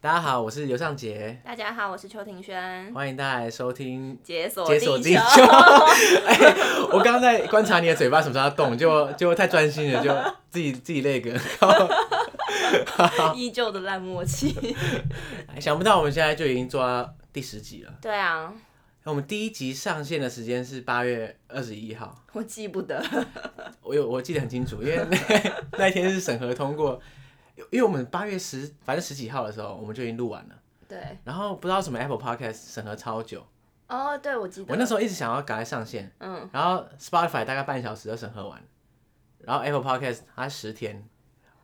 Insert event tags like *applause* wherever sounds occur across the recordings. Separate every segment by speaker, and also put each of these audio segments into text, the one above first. Speaker 1: 大家好，我是尤尚杰，
Speaker 2: 大家好，我是邱庭轩，
Speaker 1: 欢迎大家来收听。
Speaker 2: 解锁
Speaker 1: 解锁
Speaker 2: 地
Speaker 1: 地
Speaker 2: 球。
Speaker 1: 球， *laughs* 哎、我刚刚在观察你的嘴巴什么时候要动， *laughs* 就就太专心了，就自己自己那个。 *laughs*
Speaker 2: *laughs* 依旧的烂
Speaker 1: *laughs*
Speaker 2: 默契。
Speaker 1: 想不到我们现在就已经做到第十集了。
Speaker 2: 对啊，
Speaker 1: 我们第一集上线的时间是八月二十一号，
Speaker 2: 我记不得。
Speaker 1: 我有我记得很清楚，因为 *laughs* 那那一天是审核通过，因为我们八月十反正十几号的时候我们就已经录完了，
Speaker 2: 对，
Speaker 1: 然后不知道什么 Apple Podcast 审核超久，
Speaker 2: 哦，对，我记得。
Speaker 1: 我那时候一直想要赶快上线，
Speaker 2: 嗯，
Speaker 1: 然后 Spotify 大概半小时就审核完，然后 Apple Podcast 它十天，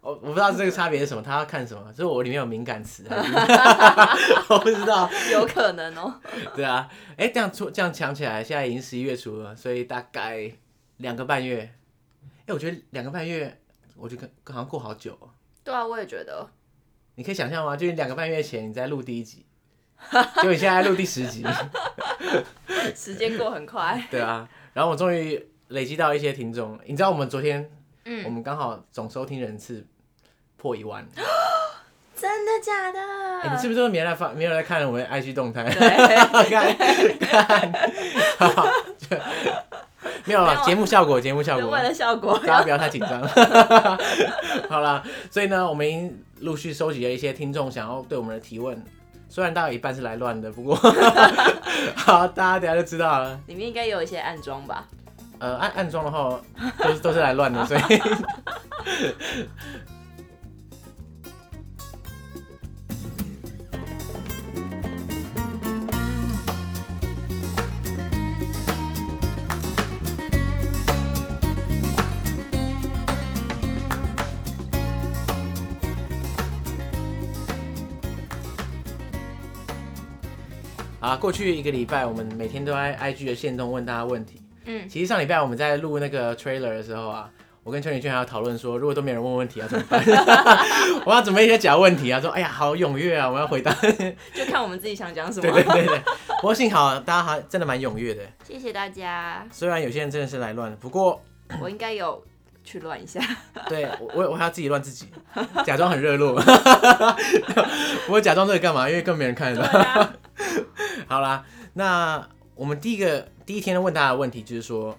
Speaker 1: 我我不知道这个差别是什么，它要看什么，就是我里面有敏感词还是， *laughs* 我不知道，
Speaker 2: 有可能
Speaker 1: *laughs*
Speaker 2: 哦。
Speaker 1: 对啊，哎、这样出这样抢起来，现在已经十一月初了，所以大概两个半月，哎、我觉得两个半月，我觉得好像过好久、哦，
Speaker 2: 对啊，我也觉得。
Speaker 1: 你可以想象吗？就是两个半月前你在录第一集，就你现在在录第十集，
Speaker 2: 时间过很快。
Speaker 1: *laughs* 对啊，然后我终于累积到一些听众，你知道我们昨天。我
Speaker 2: 嗯，
Speaker 1: 们刚好总收听人次破一
Speaker 2: *gasps*
Speaker 1: 万。
Speaker 2: 真的假的？
Speaker 1: 哎、你是不是都没来发，没有来看我们的 IG 动态？
Speaker 2: 对，
Speaker 1: 看， *laughs* 看，没有
Speaker 2: 没
Speaker 1: 了，
Speaker 2: 有
Speaker 1: 节目效果，节目效
Speaker 2: 就
Speaker 1: 果
Speaker 2: 为，了效果
Speaker 1: 大家不要太紧张。 *laughs* 好啦，所以呢，我们已经陆续收集了一些听众想要对我们的提问，虽然大概有一半是来乱的，不过 *laughs* 好，大家等一下就知道了。
Speaker 2: 里面应该有一些暗装吧？
Speaker 1: 呃，暗暗装的话，都是都是来乱的，所以。 *laughs* 啊，过去一个礼拜，我们每天都在 IG 的线动问大家问题。
Speaker 2: 嗯，
Speaker 1: 其实上礼拜我们在录那个 trailer 的时候啊，我跟邱宇轩还有讨论说，如果都没有人问问题要怎么办？我要准备一些假问题啊，说哎呀好踊跃啊，我要回答。对
Speaker 2: 就看我们自己想讲什
Speaker 1: 对对
Speaker 2: 么。
Speaker 1: 对，不过幸好大家还真的蛮踊跃的，
Speaker 2: 谢谢大家，
Speaker 1: 虽然有些人真的是来乱的，不过
Speaker 2: 我应该有去乱
Speaker 1: *laughs*
Speaker 2: 一下。
Speaker 1: 对我我我还要自己乱自己，假装很热络。 *laughs* 我假装这个干嘛？因为更没人看得到。
Speaker 2: 啊，
Speaker 1: 好啦，那我们第一个第一天问大家的问题就是说，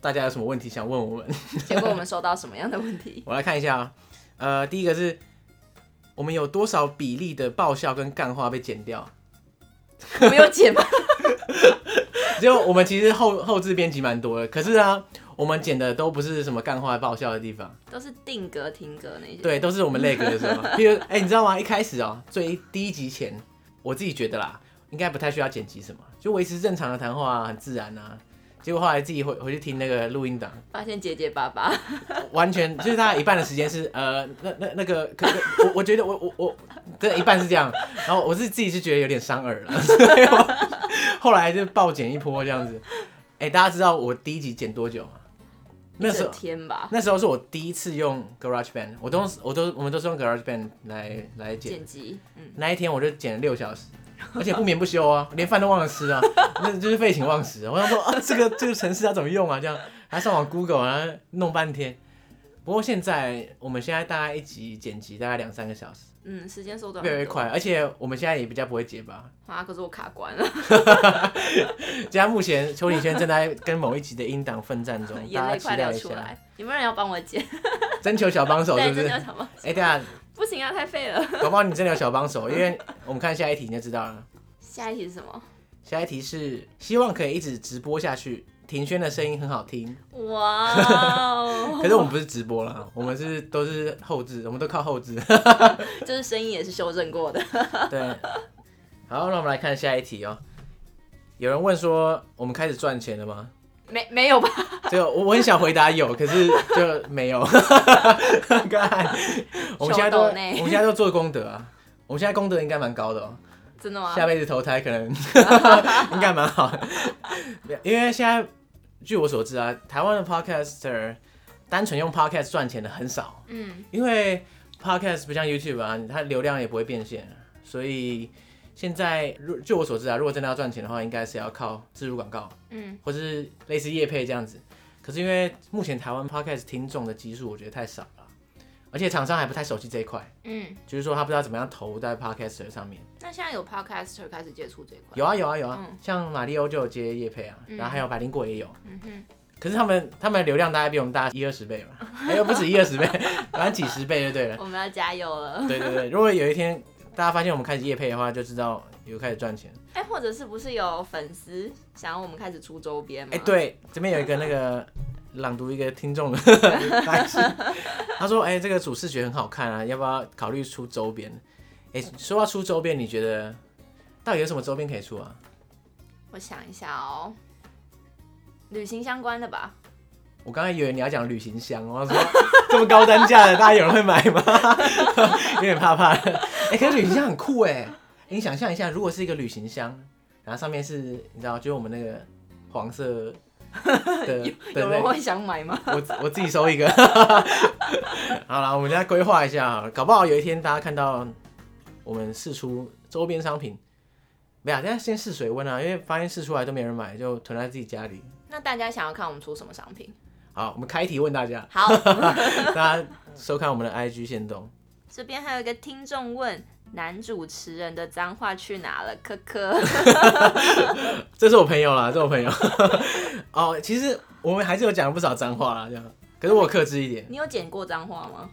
Speaker 1: 大家有什么问题想问我们？
Speaker 2: 结果我们收到什么样的问题？
Speaker 1: 我来看一下啊，呃，第一个是我们有多少比例的爆笑跟干话被剪掉？
Speaker 2: 没有解吗？ *laughs*
Speaker 1: 就我们其实后 *laughs* 后置编辑蛮多的，可是啊，我们剪的都不是什么干话爆笑的地方，
Speaker 2: 都是定格、停格那些。
Speaker 1: 对，都是我们累歌的时候。比如，哎、你知道吗？一开始哦、最第一集前，我自己觉得啦，应该不太需要剪辑什么，就维持正常的谈话、啊，很自然啊。结果后来自己回回去听那个录音档，
Speaker 2: 发现结结巴巴，
Speaker 1: 完全就是大概一半的时间是呃，那那那个，可可我我觉得我我我真的一半是这样，然后我是自己是觉得有点伤耳了，所 *laughs* 以我后来就暴剪一波这样子。哎、大家知道我第一集剪多久吗？那
Speaker 2: 一
Speaker 1: 时候
Speaker 2: 整天吧，
Speaker 1: 那时候是我第一次用 GarageBand，我都我都我们都是用 GarageBand 来来剪
Speaker 2: 剪，辑，嗯，
Speaker 1: 那一天我就剪了六小时。而且不眠不休啊， *laughs* 连饭都忘了吃啊，那就是废寝忘食啊。我想说啊，这个这个城市要怎么用啊？这样还上网 Google 啊，然后弄半天。不过现在我们现在大概一集剪辑大概两三个小时，
Speaker 2: 嗯，时间缩短
Speaker 1: 越来越
Speaker 2: 很多
Speaker 1: 快，而且我们现在也比较不会结巴。
Speaker 2: 啊！可是我卡关了，，
Speaker 1: 加上目前邱礼轩正在跟某一集的音档奋战中
Speaker 2: *laughs* 眼
Speaker 1: 哦大家
Speaker 2: 泪
Speaker 1: 期
Speaker 2: 快
Speaker 1: 待
Speaker 2: 流
Speaker 1: 一
Speaker 2: 出
Speaker 1: 下。
Speaker 2: 来。有没有人要帮我剪？
Speaker 1: 征求小帮手是
Speaker 2: 对，
Speaker 1: 不
Speaker 2: 真
Speaker 1: 是？
Speaker 2: 的要
Speaker 1: 哎、
Speaker 2: 想帮，
Speaker 1: 等一
Speaker 2: 不行啊，太废了。
Speaker 1: 下，搞不好你真的有小帮手，因为我们看下一题你就知道了。
Speaker 2: 下一题是什么？
Speaker 1: 下一题是希望可以一直直播下去。庭轩的声音很好听，
Speaker 2: 哇哦，
Speaker 1: 可是我们不是直播啦，我们是都是后置，我们都靠后
Speaker 2: *laughs*
Speaker 1: 置。
Speaker 2: 就是声音也是修正过的。
Speaker 1: 对，好，那我们来看下一题哦。有人问说，我们开始赚钱了吗？
Speaker 2: 没没有吧？
Speaker 1: 这个我我很想回答有，可是就没有。 *laughs* 干我们现在都
Speaker 2: 手
Speaker 1: 我
Speaker 2: 抖内
Speaker 1: 们现在都做功德啊，我们现在功德应该蛮高的哦。
Speaker 2: 真的吗？
Speaker 1: 下辈子投胎可能应该蛮好的，因为现在据我所知啊，台湾的 podcaster 单纯用 podcast 赚钱的很少，
Speaker 2: 嗯，
Speaker 1: 因为 podcast 不像 YouTube 啊，它流量也不会变现，所以现在如据我所知啊，如果真的要赚钱的话，应该是要靠植入广告，
Speaker 2: 嗯，
Speaker 1: 或是类似业配这样子。可是因为目前台湾 podcast 听众的基数，我觉得太少了，而且厂商还不太熟悉这一块，
Speaker 2: 嗯，
Speaker 1: 就是说他不知道怎么样投在 podcaster 上面。
Speaker 2: 那现在有 podcaster 开始接触这一块，
Speaker 1: 有啊有啊有啊，
Speaker 2: 嗯
Speaker 1: 像马里欧就有接叶配啊，然后还有百灵果也有。
Speaker 2: 嗯哼，
Speaker 1: 可是他们他们的流量大概比我们大一二十倍吧，哎、又不止一二十倍，反正几十倍就对
Speaker 2: *laughs*
Speaker 1: 了。
Speaker 2: 我们要加油了。
Speaker 1: 对对对，如果有一天大家发现我们开始夜配的话，就知道有开始赚钱。
Speaker 2: 哎、或者是不是有粉丝想要我们开始出周边吗？
Speaker 1: 哎、，对，这边有一个那个朗读一个听众的来信，他说：“哎、这个主视觉很好看啊，要不要考虑出周边？”哎、说到出周边，你觉得到底有什么周边可以出啊？
Speaker 2: 我想一下哦，旅行相关的吧。
Speaker 1: 我刚才以为你要讲旅行箱，我要说 *laughs* 这么高单价的，大家有人会买吗？ *laughs* 有点怕怕的。哎、可是旅行箱很酷哎、你想象一下，如果是一个旅行箱，然后上面是，你知道，就是我们那个黄
Speaker 2: *laughs*
Speaker 1: 色的的
Speaker 2: 有
Speaker 1: 那
Speaker 2: 人
Speaker 1: 个，
Speaker 2: 会想买吗？
Speaker 1: 我我自己收一个。 *laughs* 好了，我们再规划一下好了，搞不好有一天大家看到我们试出周边商品，没有，现在先试水温啊，因为发现试出来都没人买，就囤在自己家里。
Speaker 2: 那大家想要看我们出什么商 *laughs* 品？
Speaker 1: 好，我们开题问大家。
Speaker 2: 好，
Speaker 1: *laughs* 大家收看我们的 IG 线动。
Speaker 2: 这边还有一个听众问，男主持人的脏话去哪了？科 *laughs* 科，
Speaker 1: 这是我朋友啦，这是我朋友。 *laughs* 哦，其实我们还是有讲了不少脏话啦，这样。可是我克制一点，
Speaker 2: 你有剪过脏话 *laughs* 吗？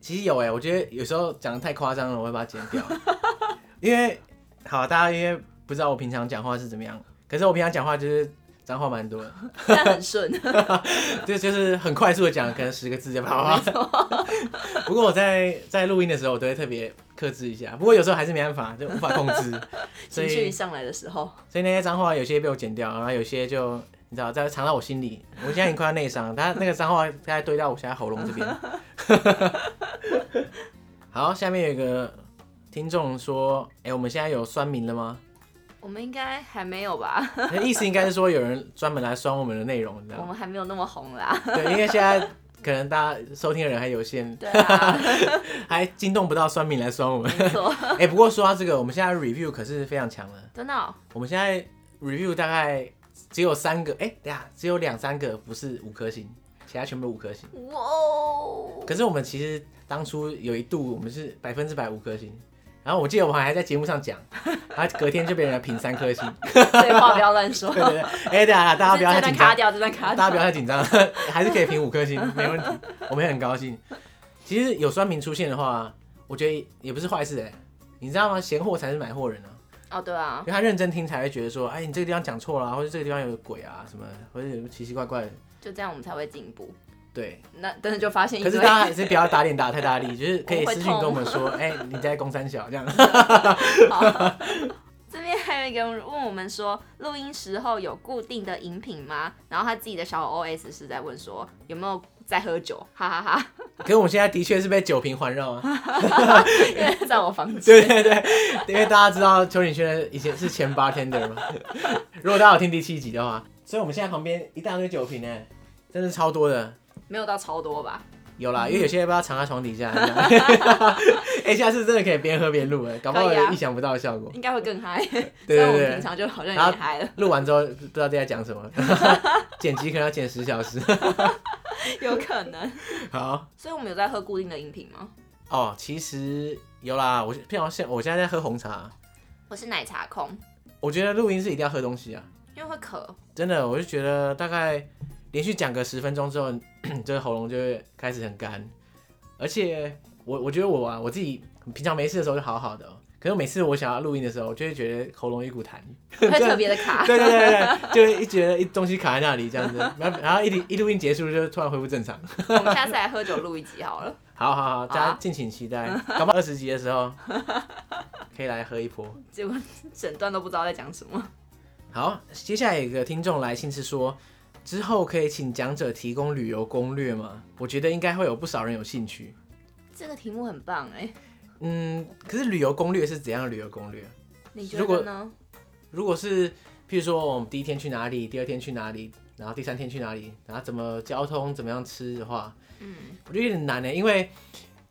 Speaker 1: 其实有哎、我觉得有时候讲的太夸张了，我会把它剪掉。 *laughs* 因为好，大家因为不知道我平常讲话是怎么样，可是我平常讲话就是脏话蛮多的，
Speaker 2: 但很顺，
Speaker 1: 就就是很快速的讲，可能十个字就跑了。 *laughs* 不过我在在录音的时候，我都会特别克制一下，不过有时候还是没办法，就无法控制。所
Speaker 2: 情
Speaker 1: 以
Speaker 2: 绪一上来的时候，
Speaker 1: 所以那些脏话有些被我剪掉，然后有些就你知道在藏到我心里。我现在已经快要内伤，但那个脏话大概堆到我现在喉咙这边。 *laughs* 好，下面有一个听众说：“哎、我们现在有酸民了吗
Speaker 2: 我们应该还没有吧？？”
Speaker 1: 那意思应该是说有人专门来酸我们的内容，你知道
Speaker 2: 我
Speaker 1: 吗？
Speaker 2: 们还没有那么红啦。
Speaker 1: 对，因为现在可能大家收听的人还有限，
Speaker 2: 对啊， *laughs*
Speaker 1: 还惊动不到酸民来酸我们。
Speaker 2: 没错，
Speaker 1: 哎、不过说到这个，我们现在 review 可是非常强了。
Speaker 2: 真的哦、
Speaker 1: 我们现在 review 大概只有三个，哎、等一下只有两三个不是五颗星，其他全部五颗星。
Speaker 2: 哇哦，
Speaker 1: 可是我们其实当初有一度我们是百分之百五颗星，然后我记得我还在节目上讲，然后隔天就被人家评三颗星。 *laughs*
Speaker 2: 对话不要乱说 *laughs*
Speaker 1: 对。对对，哎、等一下大家不要
Speaker 2: 这
Speaker 1: 太
Speaker 2: 段
Speaker 1: 紧
Speaker 2: 卡
Speaker 1: 张，
Speaker 2: 掉，这段
Speaker 1: 大
Speaker 2: 卡掉。
Speaker 1: 家不要太紧张， *laughs* 还是可以评五颗星，没问题，我们也很高兴。其实有酸民出现的话，我觉得也不是坏事哎、你知道吗？闲货才是买货人啊。
Speaker 2: 哦，对啊
Speaker 1: 因，为他认真听才会觉得说，哎，你这个地方讲错了啊，或者这个地方有鬼啊什么，或者有奇奇怪怪的。
Speaker 2: 就这样我们才会进步。
Speaker 1: 对，
Speaker 2: 那但是就发现一
Speaker 1: 可
Speaker 2: 堆，
Speaker 1: 是大家还是不要打脸打得太大力，就是可以
Speaker 2: 我会
Speaker 1: 私信跟我
Speaker 2: 痛
Speaker 1: 们
Speaker 2: *laughs*
Speaker 1: 说，哎，你在公三小这样。
Speaker 2: 好这边还有一个人问我们说，录音时候有固定的饮品吗？然后他自己的小 OS 是在问说有没有在喝酒，哈哈 *laughs* 哈
Speaker 1: 可是我们现在的确是被酒瓶环绕啊，
Speaker 2: 因为在我房间。
Speaker 1: 对对对，因为大家知道邱景轩以前是前 bartender 嘛，如果大家有听第七集的话，所以我们现在旁边一大堆酒瓶哎，真的超多的。
Speaker 2: 没有到超多吧？
Speaker 1: 有啦，因为有些不知道藏在床底下。这样 *laughs* 哎、下次真的可以边喝边录哎，搞不好
Speaker 2: 可以啊
Speaker 1: 有意想不到的效果。
Speaker 2: 应该会更嗨。
Speaker 1: 对对对
Speaker 2: 虽然我们平常就好像有点嗨了，
Speaker 1: 录完之后不知道在讲什 *laughs* 么，剪辑可能要剪十小时。
Speaker 2: 有可能。
Speaker 1: 好
Speaker 2: 所以我们有在喝固定的饮品吗？
Speaker 1: 哦，其实有啦，我平常现我现在在喝红茶，
Speaker 2: 我是奶茶控，
Speaker 1: 我觉得录音是一定要喝东西啊，
Speaker 2: 因为会渴。
Speaker 1: 真的，我就觉得大概连续讲个十分钟之后， *clears throat* 这个喉咙就会开始很干，而且我我觉得我啊我自己平常没事的时候就好好的哦、可是每次我想要录音的时候，我就会觉得喉咙一股痰，
Speaker 2: *laughs* 会特别的卡，
Speaker 1: 对对对对，就会一觉得一东西卡在那里这 *laughs* 样子，然后然后一录一录音结束就突然恢复正常。
Speaker 2: 我们下次来喝酒录一集好了。
Speaker 1: 好好好，大
Speaker 2: 好
Speaker 1: 家
Speaker 2: 啊
Speaker 1: 敬请期待，搞不好二十集的时
Speaker 2: *laughs*
Speaker 1: 候可以来喝一波。
Speaker 2: 结果整段都不知道在讲什么。
Speaker 1: 好，接下来有一个听众来信是说，之后可以请讲者提供旅游攻略吗？我觉得应该会有不少人有兴趣。
Speaker 2: 这个题目很棒哎、
Speaker 1: 嗯，可是旅游攻略是怎样的旅游攻略？
Speaker 2: 你觉
Speaker 1: 如果
Speaker 2: 得呢？
Speaker 1: 如果是譬如说我们第一天去哪里，第二天去哪里，然后第三天去哪里，然后怎么交通怎么样吃的话，
Speaker 2: 嗯，
Speaker 1: 我觉得有点难呢，欸因为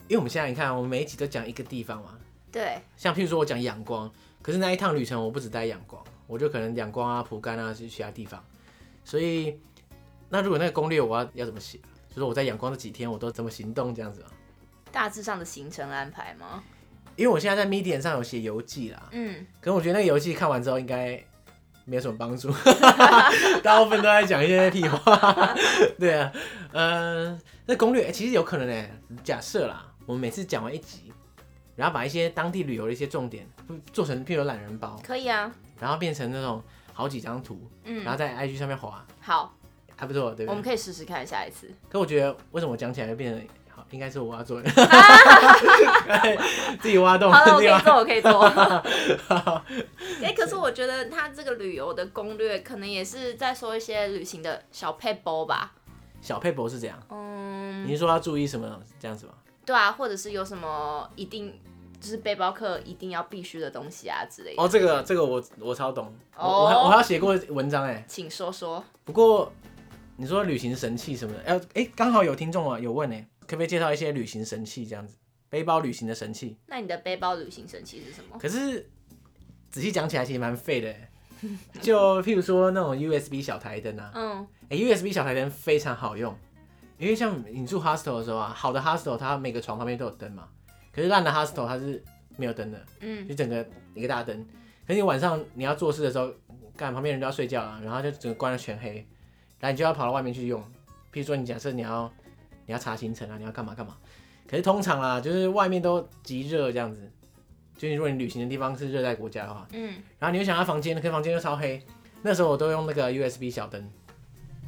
Speaker 1: 因为我们现在你看，我们每一集都讲一个地方嘛，
Speaker 2: 对，
Speaker 1: 像譬如说我讲仰光，可是那一趟旅程我不只待仰光，我就可能仰光啊、蒲甘啊去其他地方，所以那如果那个攻略我要要怎么写？就是我在仰光这几天我都怎么行动这样子啊？
Speaker 2: 大致上的行程安排吗？
Speaker 1: 因为我现在在 Medium 上有写游记啦，
Speaker 2: 嗯，
Speaker 1: 可是我觉得那个游记看完之后应该没有什么帮助， *laughs* 大部分都在讲一些屁话。 *laughs* 对啊，呃，那攻略、欸其实有可能呢、假设啦，我们每次讲完一集，然后把一些当地旅游的一些重点做成，譬如懒人包，
Speaker 2: 可以啊，
Speaker 1: 然后变成那种好几张图，
Speaker 2: 嗯
Speaker 1: 然，后在 IG 上面划，
Speaker 2: 好，
Speaker 1: 还不错，对不对
Speaker 2: 我们？可以试试看下
Speaker 1: *laughs*
Speaker 2: 一次。
Speaker 1: 可我觉得为什么我讲起来会变成好，应该是我要做的，
Speaker 2: *laughs*
Speaker 1: *laughs* 自己挖洞
Speaker 2: 好了，，
Speaker 1: 自
Speaker 2: 我可
Speaker 1: 己
Speaker 2: 以
Speaker 1: 挖。
Speaker 2: 做，我可以做。
Speaker 1: *laughs* 好
Speaker 2: 哎、可是我觉得他这个旅游的攻略，可能也是在说一些旅行的小 p a p e 吧。
Speaker 1: 小佩博是这样，
Speaker 2: 嗯，
Speaker 1: 你是说要注意什么这样子吗？
Speaker 2: 对啊，或者是有什么一定就是背包客一定要必须的东西啊之类的，
Speaker 1: 哦，这个这个我我超懂，我
Speaker 2: 哦
Speaker 1: 我还我还要写过文章哎。
Speaker 2: 请说说。
Speaker 1: 不过你说旅行神器什么的，哎哎，刚好有听众啊有问哎，可不可以介绍一些旅行神器这样子，背包旅行的神器？
Speaker 2: 那你的背包旅行神器是什么？
Speaker 1: 可是仔细讲起来其实蛮废的哎。就譬如说那种 USB 小台灯啊，
Speaker 2: 嗯，
Speaker 1: 哎、u s b 小台灯非常好用，因为像你住 hostel 的时候啊，好的 hostel 它每个床旁边都有灯嘛，可是烂的 hostel 它是没有灯的，
Speaker 2: 嗯，
Speaker 1: 就整个一个大灯。可是你晚上你要做事的时候，干旁边人都要睡觉了，啊然后就整个关了全黑，然后你就要跑到外面去用。譬如说你假设你要你要查行程啊，你要干嘛干嘛，可是通常啦，就是外面都极热这样子，就是如果你旅行的地方是热带国家的话，
Speaker 2: 嗯，
Speaker 1: 然后你又想要房间，可是房间又超黑。那时候我都用那个 USB 小灯，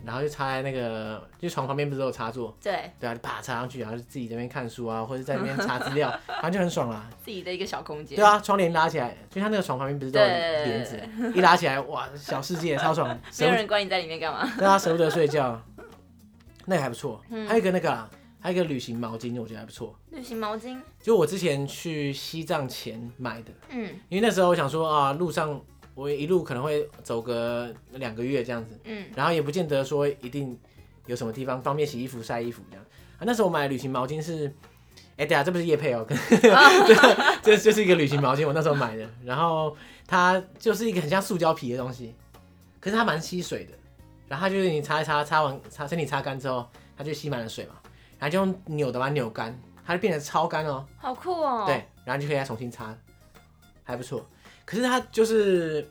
Speaker 1: 然后就插在那个，就床旁边不是都有插座，
Speaker 2: 对
Speaker 1: 对啊，就啪插上去，然后就自己这边看书啊，或者在那边查资料，反正就很爽啊啦。
Speaker 2: 自己的一个小空间。
Speaker 1: 对啊，窗帘拉起来，就像那个床旁边不是都有
Speaker 2: 对
Speaker 1: 帘子，一拉起来，哇，小世界超爽，
Speaker 2: 没
Speaker 1: 舍
Speaker 2: 有
Speaker 1: 不
Speaker 2: 人管你在里面干嘛。 *laughs*
Speaker 1: 对啊，舍不得睡觉，那个还不错。
Speaker 2: 嗯
Speaker 1: 还有一个那个啊，还有一个旅行毛巾，我觉得还不错，
Speaker 2: 旅行毛巾，
Speaker 1: 就我之前去西藏前买的，
Speaker 2: 嗯
Speaker 1: 因为那时候我想说啊，路上我一路可能会走个两个月这样子，
Speaker 2: 嗯
Speaker 1: 然后也不见得说一定有什么地方方便洗衣服、晒衣服这样。啊，那时候我买的旅行毛巾是，哎、对啊，这不是叶
Speaker 2: *laughs*
Speaker 1: 配哦、 *laughs* 跟这这就是一个旅行毛巾，我那时候买的。然后它就是一个很像塑胶皮的东西，可是它蛮吸水的。然后它就是你擦一擦，擦完擦身体擦干之后，它就吸满了水嘛，然后就用扭的把它扭干，它就变得超干哦、
Speaker 2: 好酷哦。
Speaker 1: 对，，然后就可以再重新擦，还不错。可是它就是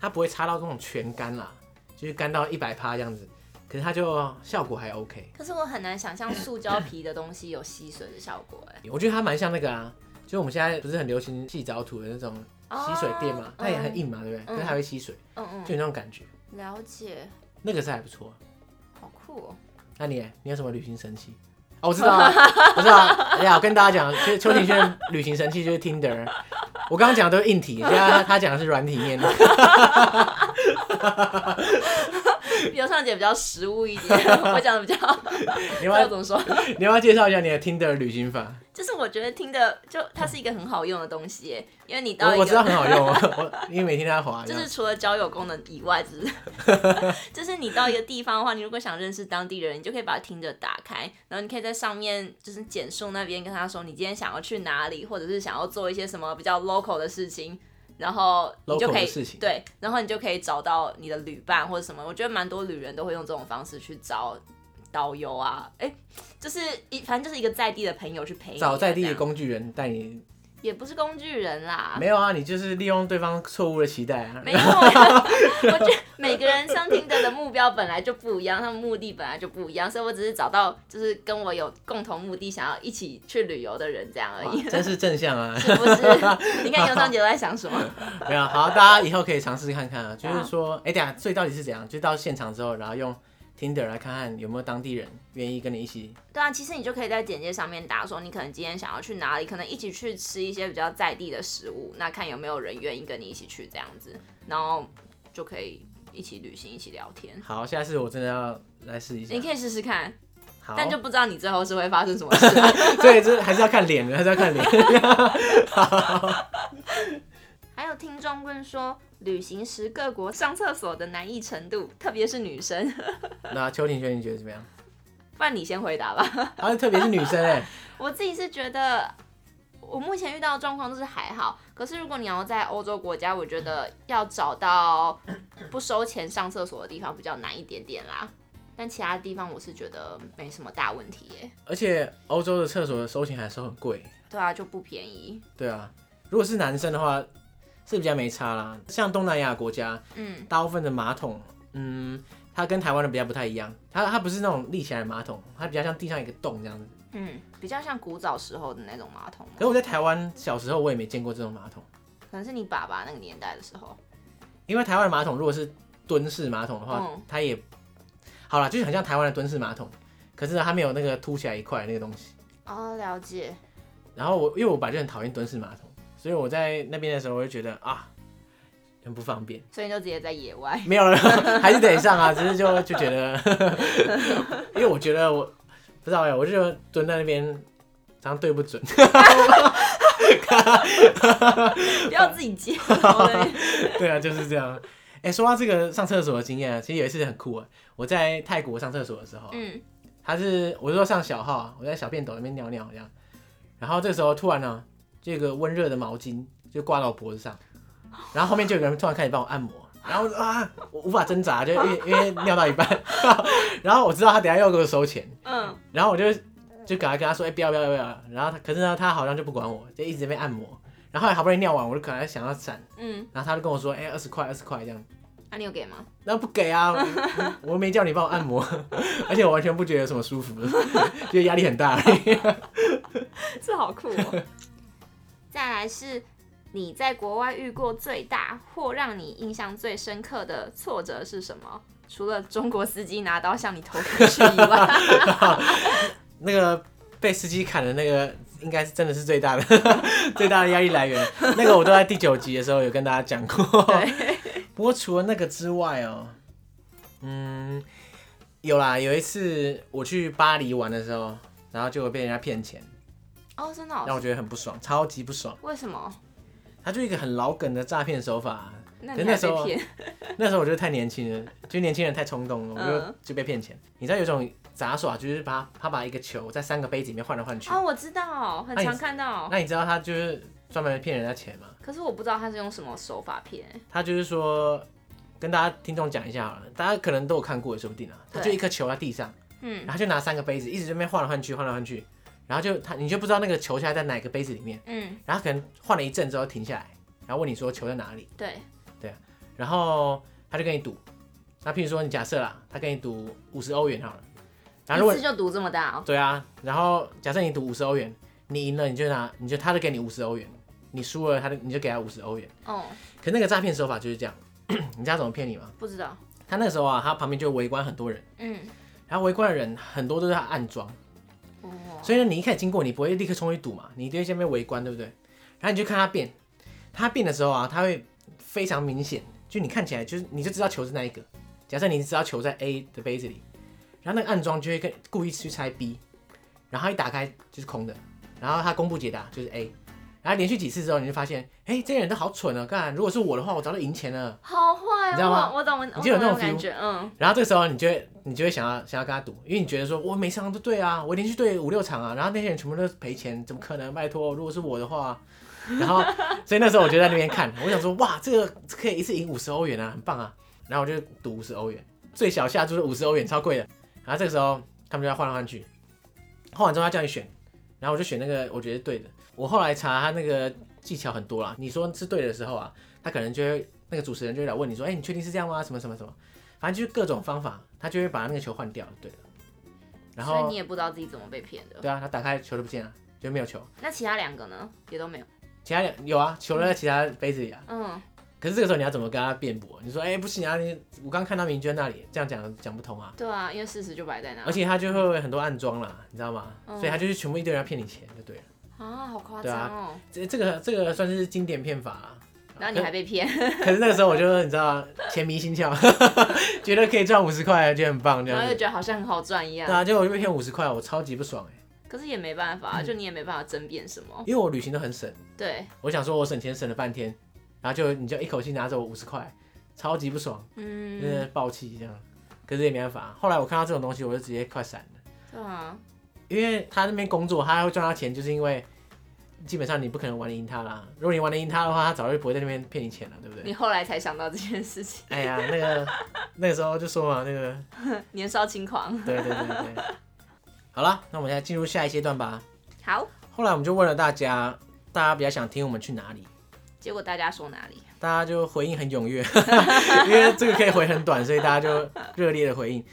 Speaker 1: 它不会擦到那种全干啦，就是干到一百趴这样子。可是它就效果还 OK，
Speaker 2: 可是我很难想象塑胶皮的东西有吸水的效果哎。
Speaker 1: 我觉得它蛮像那个啊，就我们现在不是很流行细藻土的那种吸水垫嘛
Speaker 2: 哦，
Speaker 1: 它也很硬嘛，对不对？
Speaker 2: 嗯
Speaker 1: 可是它会吸水，
Speaker 2: *coughs* 嗯
Speaker 1: 就
Speaker 2: 嗯，
Speaker 1: 有那种感觉，
Speaker 2: 了解，
Speaker 1: 那个是还不错。
Speaker 2: 好酷哦。
Speaker 1: 那你你有什么旅行神器？哦，我知道啊，我知道啊。哎呀，我跟大家讲，就是邱庭轩旅行神器就是 Tinder。我刚刚讲的都是硬体，现在他讲的是软体面的。 *laughs*
Speaker 2: 刘尚 *laughs* 姐比较实物一点， *laughs* 我讲的比较，
Speaker 1: 你要不要
Speaker 2: 要怎么说？
Speaker 1: *laughs* 你要不要介绍一下你的 Tinder 旅行
Speaker 2: *laughs*
Speaker 1: 法？
Speaker 2: 就是我觉得听的就它是一个很好用的东西耶，因为你到一
Speaker 1: 我
Speaker 2: 个
Speaker 1: 我知道很好用，我哦 *laughs* 我因为每天都在滑。
Speaker 2: 哦 *laughs* 就
Speaker 1: 这
Speaker 2: 是
Speaker 1: 样
Speaker 2: 除了交友功能以外，就是
Speaker 1: *laughs*
Speaker 2: 就是你到一个地方的话，你如果想认识当地人，你就可以把听着打开，然后你可以在上面就是简述那边跟他说你今天想要去哪里，或者是想要做一些什么比较 local 的事情，然后你就
Speaker 1: Local
Speaker 2: 可以
Speaker 1: 的事情
Speaker 2: 对，然后你就可以找到你的旅伴或者什么。我觉得蛮多旅人都会用这种方式去找导游啊，哎、就是一反正就是一个在地的朋友去陪你啊，
Speaker 1: 找在地
Speaker 2: 这
Speaker 1: 的
Speaker 2: 样
Speaker 1: 工具人带你，
Speaker 2: 也不是工具人啦，
Speaker 1: 没有啊，你就是利用对方错误的期待啊。
Speaker 2: 没有，我觉得每个人上听的的目标本来就不一样，他们目的本来就不一样，所以我只是找到就是跟我有共同目的，想要一起去旅游的人这样而 *laughs*
Speaker 1: 哇
Speaker 2: 已，
Speaker 1: 真是正向
Speaker 2: *laughs*
Speaker 1: 啊！
Speaker 2: 是不是？你 *laughs* 看尤尚杰都在想什么？
Speaker 1: 没有，好，大家以后可以尝试看看啊。就是说，哎、等一下，所以到底是怎样？就到现场之后，然后用 Tinder 来看看有没有当地人愿意跟你一起。
Speaker 2: 对啊，其实你就可以在简介上面打说，你可能今天想要去哪里，可能一起去吃一些比较在地的食物，那看有没有人愿意跟你一起去这样子，然后就可以一起旅行，一起聊天。
Speaker 1: 好，下次我真的要来试一下
Speaker 2: 你。可以试试看，
Speaker 1: 好，
Speaker 2: 但就不知道你最后是会发生什么事。
Speaker 1: 对，这还是要看脸的，还是要看脸。 *laughs*
Speaker 2: 还有听众问说，旅行时各国上厕所的难易程度，特别是女生。 *laughs*
Speaker 1: 那邱庭轩，你觉得怎么样？
Speaker 2: 不然你先回答吧。
Speaker 1: 啊，特别是女生哎、
Speaker 2: 我自己是觉得，我目前遇到的状况就是还好。可是如果你要在欧洲国家，我觉得要找到不收钱上厕所的地方比较难一点点啦。但其他地方我是觉得没什么大问题耶。
Speaker 1: 而且欧洲的厕所的收钱还收很贵，
Speaker 2: 对啊，就不便宜。
Speaker 1: 对啊。如果是男生的话，是比较没差啦。像东南亚国家，
Speaker 2: 嗯，
Speaker 1: 大部分的马桶，嗯，它跟台湾的比较不太一样，它它不是那种立起来的马桶，它比较像地上一个洞这样子。
Speaker 2: 嗯，比较像古早时候的那种马桶嘛，
Speaker 1: 可是我在台湾小时候我也没见过这种马桶，
Speaker 2: 可能是你爸爸那个年代的时候。
Speaker 1: 因为台湾的马桶如果是蹲式马桶的话，
Speaker 2: 嗯
Speaker 1: 它也好啦，就是很像台湾的蹲式马桶，可是呢它没有那个凸起来一块那个东西。
Speaker 2: 哦，了解。
Speaker 1: 然后我因为我本来就很讨厌蹲式马桶，所以我在那边的时候我就觉得啊，很不方便。
Speaker 2: 所以你就直接在野外。
Speaker 1: 没有了， *laughs* 还是得上啊，只是就就觉得， *laughs* 因为我觉得我不知道哎、我就觉得蹲在那边常常对不准， *laughs*
Speaker 2: *laughs* 不要自己接。我的
Speaker 1: 对啊，就是这样。哎、说到这个上厕所的经验啊，其实有一次很酷啊，我在泰国上厕所的时候，啊
Speaker 2: 嗯，
Speaker 1: 他是我是说上小号啊，我在小便斗那边尿尿这样，然后这个时候突然呢、啊这个温热的毛巾就挂到我脖子上，然后后面就有个人突然开始帮我按摩，然后我就啊，我无法挣扎，就因为因为尿到一半， *laughs* 然后我知道他等一下要给我收钱，
Speaker 2: 嗯，
Speaker 1: 然后我就就赶快跟他说，哎、不要不要不要，然后他可是呢，他好像就不管我，就一直被按摩，然后后来好不容易尿完，我就可能想要闪，
Speaker 2: 嗯，
Speaker 1: 然后他就跟我说，哎、二十块二十块这样。
Speaker 2: 那、你有给吗？
Speaker 1: 那不给啊！我我没叫你帮我按摩， *laughs* 而且我完全不觉得有什么舒服， *laughs* 觉得压力很大而已。
Speaker 2: *laughs* 这好酷哦。 *laughs* 再来是你在国外遇过最大或让你印象最深刻的挫折是什么？除了中国司机拿刀向你投过去以 *laughs* 外，
Speaker 1: 那个被司机砍的那个，应该是真的是最大的 *laughs* 最大的压力来源。那个我都在第九集的时候有跟大家讲过。
Speaker 2: 对，
Speaker 1: *laughs* 不过除了那个之外哦，嗯，有啦，有一次我去巴黎玩的时候，然后就被人家骗钱，
Speaker 2: 哦，真的
Speaker 1: 让
Speaker 2: 哦、
Speaker 1: 我觉得很不爽，超级不爽。
Speaker 2: 为什么？
Speaker 1: 他就一个很老梗的诈骗手法。
Speaker 2: 那
Speaker 1: 可
Speaker 2: 你
Speaker 1: 是那
Speaker 2: 还
Speaker 1: 时候
Speaker 2: 被骗？
Speaker 1: 那时候我觉得太年轻了，就年轻人太冲动了，我就、
Speaker 2: 嗯
Speaker 1: 就被骗钱。你知道有一种杂耍，就是把他把一个球在三个杯子里面换来换去。哎
Speaker 2: 哦，我知道，很
Speaker 1: 那你
Speaker 2: 常看到，
Speaker 1: 那你知道他就是专门骗人家钱吗？
Speaker 2: 可是我不知道他是用什么手法骗。
Speaker 1: 他就是说，跟大家听众讲一下好了，大家可能都有看过，也说不定啊。他
Speaker 2: 对
Speaker 1: 就一颗球在地上，
Speaker 2: 嗯
Speaker 1: 然后就拿三个杯子一直这边换来换去，换来换去，然后就他你就不知道那个球现在在哪个杯子里面，
Speaker 2: 嗯，
Speaker 1: 然后可能换了一阵之后停下来，然后问你说球在哪里，
Speaker 2: 对，
Speaker 1: 然后他就跟你赌。那譬如说你假设啦，他跟你赌五十欧元好了，然后如
Speaker 2: 一
Speaker 1: 果
Speaker 2: 次就赌这么大哦。
Speaker 1: 对啊，然后假设你赌五十欧元，你赢了你就拿，你就他就给你五十欧元，你输了他就你就给他五十欧元。
Speaker 2: 哦，可
Speaker 1: 可那个诈骗手法就是这样， *clears throat* 你知道怎么骗你吗？
Speaker 2: 不知道。
Speaker 1: 他那时候啊，他旁边就围观很多人，
Speaker 2: 嗯，
Speaker 1: 然后围观的人很多都是他暗装，
Speaker 2: 哦，
Speaker 1: 所以呢，你一开始经过你不会立刻冲去赌嘛，你一定会先被围观，对不对？然后你就看他变，他变的时候啊，他会非常明显，就你看起来就是你就知道球是那一个。假设你知道球在 A 的杯子里，然后那个暗装就会跟故意去猜 B，然后一打开就是空的，然后他公布解答就是 A，然后连续几次之后，你就发现，哎、这些人都好蠢哦，干，如果是我的话，我早就赢钱了。
Speaker 2: 好坏
Speaker 1: 你知道吗
Speaker 2: 哦，我我懂，我
Speaker 1: 你就有
Speaker 2: 我懂
Speaker 1: 那种
Speaker 2: 感
Speaker 1: feel
Speaker 2: 觉，嗯。
Speaker 1: 然后这个时候你就会你就会想要想要跟他赌，因为你觉得说我每场都对啊，我连续对五六场啊，然后那些人全部都是赔钱，怎么可能？拜托，如果是我的话，然后所以那时候我就在那边看，我想说哇，这个可以一次赢五十欧元啊，很棒啊。然后我就赌五十欧元，最小下注是五十欧元，超贵的。然后这个时候他们就要换来换去，换完之后他叫你选，然后我就选那个我觉得对的。我后来查他那个技巧很多啦，你说是对的时候啊，他可能就会那个主持人就会来问你说，哎、你确定是这样吗？什么什么什么，反正就是各种方法，他就会把那个球换掉，对了。然
Speaker 2: 所以
Speaker 1: 后
Speaker 2: 你也不知道自己怎么被骗的。
Speaker 1: 对啊，他打开球就不见了，就没有球。
Speaker 2: 那其他两个呢？也都没有。
Speaker 1: 其他两有啊，球都在其他杯子里啊。
Speaker 2: 嗯，
Speaker 1: 可是这个时候你要怎么跟他辩驳？你说，哎、不行啊，你我刚看到明娟那里，这样讲讲不通啊。
Speaker 2: 对啊，因为事实就摆在那。
Speaker 1: 而且他就会很多暗装啦，你知道吗？
Speaker 2: 嗯
Speaker 1: 所以他就是全部一堆人要骗你钱就对了。
Speaker 2: 啊，好夸
Speaker 1: 对
Speaker 2: 张
Speaker 1: 啊
Speaker 2: 哦！
Speaker 1: 这这个这个算是经典骗法啦。
Speaker 2: 然后你还被骗，
Speaker 1: 可可是那个时候我就你知道 *laughs* 钱迷心窍，觉得可以赚五十块，觉得很棒这
Speaker 2: 然后
Speaker 1: 样
Speaker 2: 又
Speaker 1: 子。
Speaker 2: 觉得好像很好赚一
Speaker 1: 对
Speaker 2: 样。
Speaker 1: 啊，结果我就被骗五十块，我超级不爽哎、
Speaker 2: 可是也没办
Speaker 1: 嗯
Speaker 2: 法，啊就你也没办法争辩什么。
Speaker 1: 因为我旅行都很省，
Speaker 2: 对，
Speaker 1: 我想说我省钱省了半天，然后就你就一口气拿走我五十块，超级不爽，真
Speaker 2: 嗯，
Speaker 1: 的暴气这样。可是也没办法，后来我看到这种东西，我就直接快闪了。
Speaker 2: 对啊，
Speaker 1: 因为他那边工作，他会赚到钱，就是因为基本上你不可能玩得赢他啦。如果你玩得赢他的话，他早就不会在那边骗你钱了，对不对？
Speaker 2: 你后来才想到这件事情，
Speaker 1: 哎呀，那个 *laughs* 那个时候就说嘛，那个
Speaker 2: 年少轻狂。
Speaker 1: 对对对对。好了，那我们现在进入下一阶段吧。
Speaker 2: 好，
Speaker 1: 后来我们就问了大家，大家比较想听我们去哪里？
Speaker 2: 结果大家说哪里？
Speaker 1: 大家就回应很踊跃， *laughs* 因为这个可以回很短，所以大家就热烈的回应。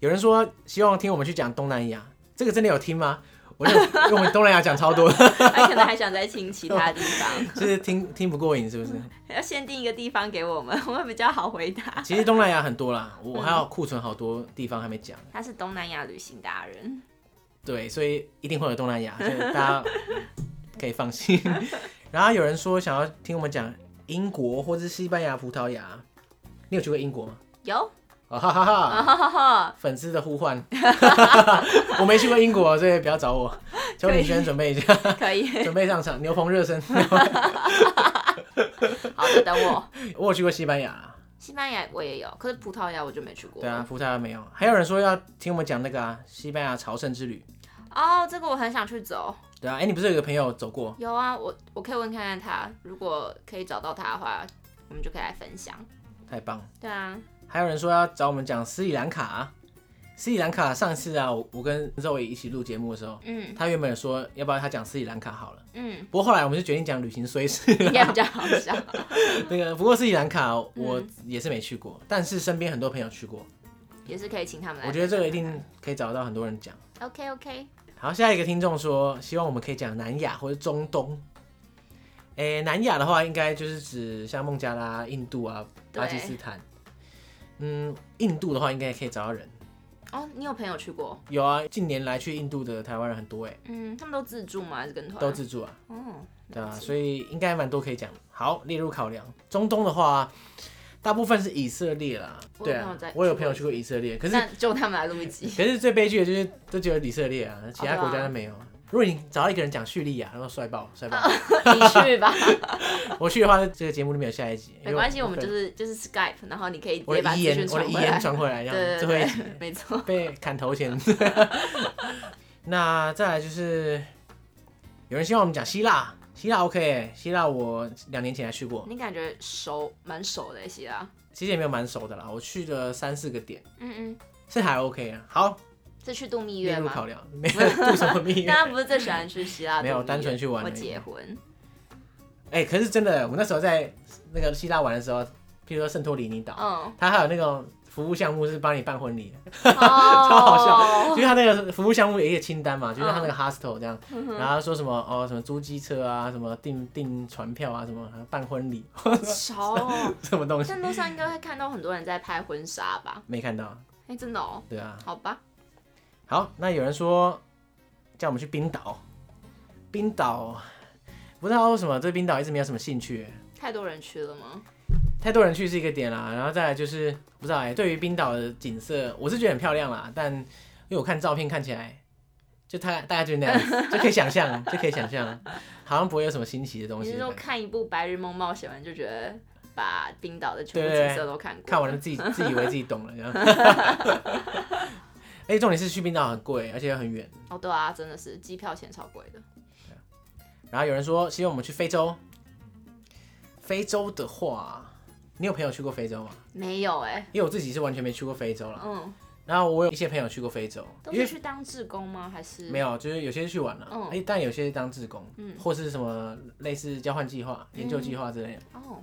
Speaker 1: 有人说希望听我们去讲东南亚，这个真的有听吗？我就因为我们东南亚讲超多， *laughs*
Speaker 2: 他可能还想再听其他地方，
Speaker 1: 就是听听不过瘾，是不是？
Speaker 2: 要限定一个地方给我们，我们比较好回 *laughs* 答。
Speaker 1: 其实东南亚很多啦，
Speaker 2: 嗯
Speaker 1: 我我还有库存好多地方还没讲，
Speaker 2: 他是东南亚旅行达人，
Speaker 1: 对，所以一定会有东南亚，所以大家可以放
Speaker 2: *laughs*
Speaker 1: 心。然后有人说想要听我们讲英国或是西班牙、葡萄牙，你有去过英国吗？
Speaker 2: 有，
Speaker 1: 啊哈哈哈！
Speaker 2: 哦、
Speaker 1: 粉丝的呼唤，
Speaker 2: *laughs*
Speaker 1: 我没去过英国，所以不要找我。求你先准备一下，
Speaker 2: *laughs* 可以，
Speaker 1: *laughs* 准备上场，牛棚热
Speaker 2: *laughs*
Speaker 1: 身。
Speaker 2: 好的，等我。
Speaker 1: 我有去过西班牙，
Speaker 2: 西班牙我也有，可是葡萄牙我就没去过。
Speaker 1: 对啊，葡萄牙没有。还有人说要听我们讲那个啊，西班牙朝圣之旅。
Speaker 2: 哦，这个我很想去走。
Speaker 1: 对啊，哎、你不是有个朋友走过？
Speaker 2: 有啊，我我可以问看看他，如果可以找到他的话，我们就可以来分享。
Speaker 1: 太棒了！
Speaker 2: 对啊，
Speaker 1: 还有人说要找我们讲斯里兰卡、斯里兰卡上次啊，我我跟肉爷一起录节目的时候，
Speaker 2: 嗯
Speaker 1: 他原本说要不要他讲斯里兰卡好了，
Speaker 2: 嗯，
Speaker 1: 不过后来我们就决定讲旅行随事。
Speaker 2: 应该比较好笑。
Speaker 1: *laughs* 那个不过斯里兰卡我也是没去过，但是身边很多朋友去过。
Speaker 2: 也是可以请他们来。
Speaker 1: 我觉得这个一定可以找到很多人讲。
Speaker 2: OK OK，
Speaker 1: 好，下一个听众说，希望我们可以讲南亚或者中东。诶、南亚的话，应该就是指像孟加拉、印度啊、
Speaker 2: 对
Speaker 1: 巴基斯坦。嗯，印度的话应该可以找到人。
Speaker 2: 哦，你有朋友去过？
Speaker 1: 有啊，近年来去印度的台湾人很多哎、
Speaker 2: 嗯，他们都自助吗？还是跟团？
Speaker 1: 都自助啊，
Speaker 2: 哦，
Speaker 1: 对啊，
Speaker 2: 了解
Speaker 1: 所以应该蛮多可以讲。好，列入考量。中东的话，大部分是以色列啦。
Speaker 2: 我有
Speaker 1: 对
Speaker 2: 朋
Speaker 1: 啊
Speaker 2: 友在，
Speaker 1: 我有朋友去过以色列，可是
Speaker 2: 那就他们来录
Speaker 1: *laughs*
Speaker 2: 一集。
Speaker 1: 可是最悲剧的就是都只有以色列啊，
Speaker 2: 哦
Speaker 1: 其他国家都没有。啊
Speaker 2: 啊
Speaker 1: 如果你找到一个人讲叙利亚，然后帅爆
Speaker 2: *laughs*
Speaker 1: 帅爆，
Speaker 2: 你去
Speaker 1: *laughs*
Speaker 2: 吧，
Speaker 1: 我去的话，这个节目就没有下一集。因为
Speaker 2: 没关系，我们就是是就是 Skype，然后你可以直
Speaker 1: 我
Speaker 2: 接把
Speaker 1: 的遗
Speaker 2: 资讯
Speaker 1: 言，我
Speaker 2: 传
Speaker 1: 的遗
Speaker 2: 回来
Speaker 1: 言。传回来，
Speaker 2: 对
Speaker 1: 然后
Speaker 2: 对
Speaker 1: 就会
Speaker 2: 对，没错。
Speaker 1: *laughs* 被砍头前。那再来就是有人希望我们讲希腊，希腊 OK，欸希腊我两年前还去过，
Speaker 2: 你感觉熟蛮熟的希腊，
Speaker 1: 其实也没有蛮熟的啦，我去了三四个点，
Speaker 2: 嗯嗯，
Speaker 1: 是还 OK 啊。好，
Speaker 2: 是去度蜜
Speaker 1: 列
Speaker 2: 月
Speaker 1: 入
Speaker 2: 吗？
Speaker 1: 考量，没有度什么蜜月 *laughs*
Speaker 2: 大。家不是最喜欢去希腊度
Speaker 1: 没
Speaker 2: 蜜月？
Speaker 1: 有单纯去玩而
Speaker 2: 我
Speaker 1: 已 *laughs*
Speaker 2: 结婚，
Speaker 1: 哎、可是真的，我那时候在那个希腊玩的时候，譬如说圣托里尼岛， *laughs*
Speaker 2: 嗯，
Speaker 1: 它还有那种服务项目是帮你办婚礼的，
Speaker 2: 超
Speaker 1: 好
Speaker 2: 哦
Speaker 1: 笑。就是它那个服务项目有一个清单嘛，就是它那个 hostel 这样，
Speaker 2: 嗯
Speaker 1: 然后说什么哦什么租机车啊，什么订订船票啊，什么办婚礼 *laughs*
Speaker 2: 潮哦！
Speaker 1: 什么东西
Speaker 2: 但路上应该会看到很多人在拍婚纱吧？
Speaker 1: 没看到，
Speaker 2: 哎，真的哦，
Speaker 1: 对啊。
Speaker 2: 好吧，
Speaker 1: 好，那有人说叫我们去冰岛，冰岛不知道为什么对冰岛一直没有什么兴趣、
Speaker 2: 太多人去了吗？
Speaker 1: 太多人去是一个点啦，然后再来就是不知道哎、对于冰岛的景色，我是觉得很漂亮啦，但因为我看照片看起来，就大概大概就是那样子，就可以想象，就可以想象，好像不会有什么新奇的东
Speaker 2: 你
Speaker 1: 西
Speaker 2: 是。说看一部《白日梦冒险》完就觉得把冰岛的全部
Speaker 1: 对对
Speaker 2: 景色都看过？
Speaker 1: 看完了自己自以为自己懂了，这样。 *laughs*
Speaker 2: *laughs*
Speaker 1: 而且重点是去冰岛很贵， *laughs* 而且又很远。
Speaker 2: 哦，对啊，真的是机票钱超贵的。
Speaker 1: 然后有人说希望我们去非洲，非洲的话，你有朋友去过非洲吗？
Speaker 2: 没有哎、
Speaker 1: 因为我自己是完全没去过非洲啦。
Speaker 2: 嗯，
Speaker 1: 然后我有一些朋友去过非洲，
Speaker 2: 都
Speaker 1: 哦因为
Speaker 2: 是去当志工吗？还是
Speaker 1: 没有，就是有些去玩了，
Speaker 2: 嗯
Speaker 1: 哎、但有些当志工，
Speaker 2: 嗯
Speaker 1: 或是什么类似交换计划、研究计划之类的。
Speaker 2: 哦，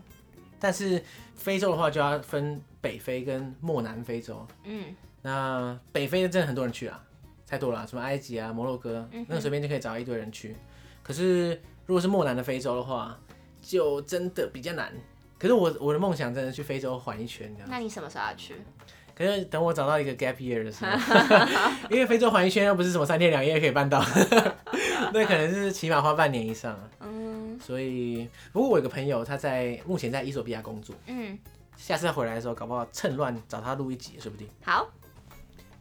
Speaker 1: 但是非洲的话，就要分北非跟漠南非洲。
Speaker 2: 嗯，
Speaker 1: 那北非真的很多人去啊，太多了啊、什么埃及啊、摩洛哥
Speaker 2: 嗯哼，
Speaker 1: 那随便就可以找一堆人去。可是如果是漠南的非洲的话，就真的比较难。可是我我的梦想真的去非洲环一圈，这样。
Speaker 2: 那你什么时候要去？
Speaker 1: 可是等我找到一个 gap year 的时候，
Speaker 2: *laughs*
Speaker 1: 因为非洲环一圈又不是什么三天两夜可以办到， *laughs* 那可能是起码花半年以上啊。
Speaker 2: 嗯
Speaker 1: 所以，不过我有个朋友，他在目前在伊索比亚工作，
Speaker 2: 嗯，
Speaker 1: 下次他回来的时候，搞不好趁乱找他录一集，说不定。
Speaker 2: 好。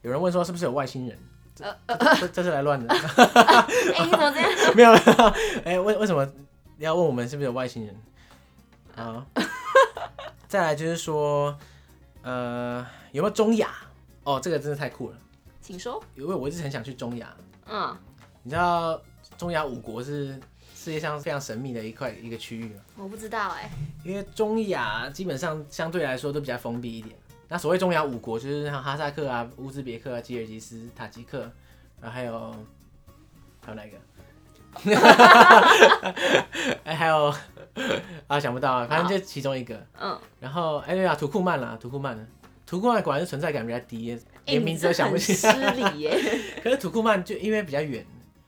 Speaker 1: 有人问说是不是有外星人？这
Speaker 2: 呃
Speaker 1: 这这是来乱的，
Speaker 2: 哎、你怎么这样？
Speaker 1: *laughs*
Speaker 2: *laughs*
Speaker 1: 没有没 *laughs* 有。哎、为为什么要问我们是不是有外星人？啊， *laughs* 再来就是说，呃，有没有中亚？哦，这个真的太酷了。
Speaker 2: 请说。
Speaker 1: 因为我一直很想去中亚。
Speaker 2: 嗯，
Speaker 1: 你知道中亚五国是世界上非常神秘的一块一个区域嘛。
Speaker 2: 我不知道哎、
Speaker 1: 因为中亚基本上相对来说都比较封闭一点。那所谓中亚五国，就是像哈萨克啊、乌兹别克啊、吉尔吉斯、塔吉克，然后还有还有哪一个？ *laughs* 哎，还有 *laughs* 啊，想不到啊，反正就其中一个。
Speaker 2: 嗯，
Speaker 1: 然后哎，对啊，土库曼啦，土库曼呢？土库曼果然是存在感比较低，
Speaker 2: 哎、
Speaker 1: 连
Speaker 2: 你
Speaker 1: 名字都想不起
Speaker 2: 这很失礼耶、
Speaker 1: 可是土库曼就因为比较远，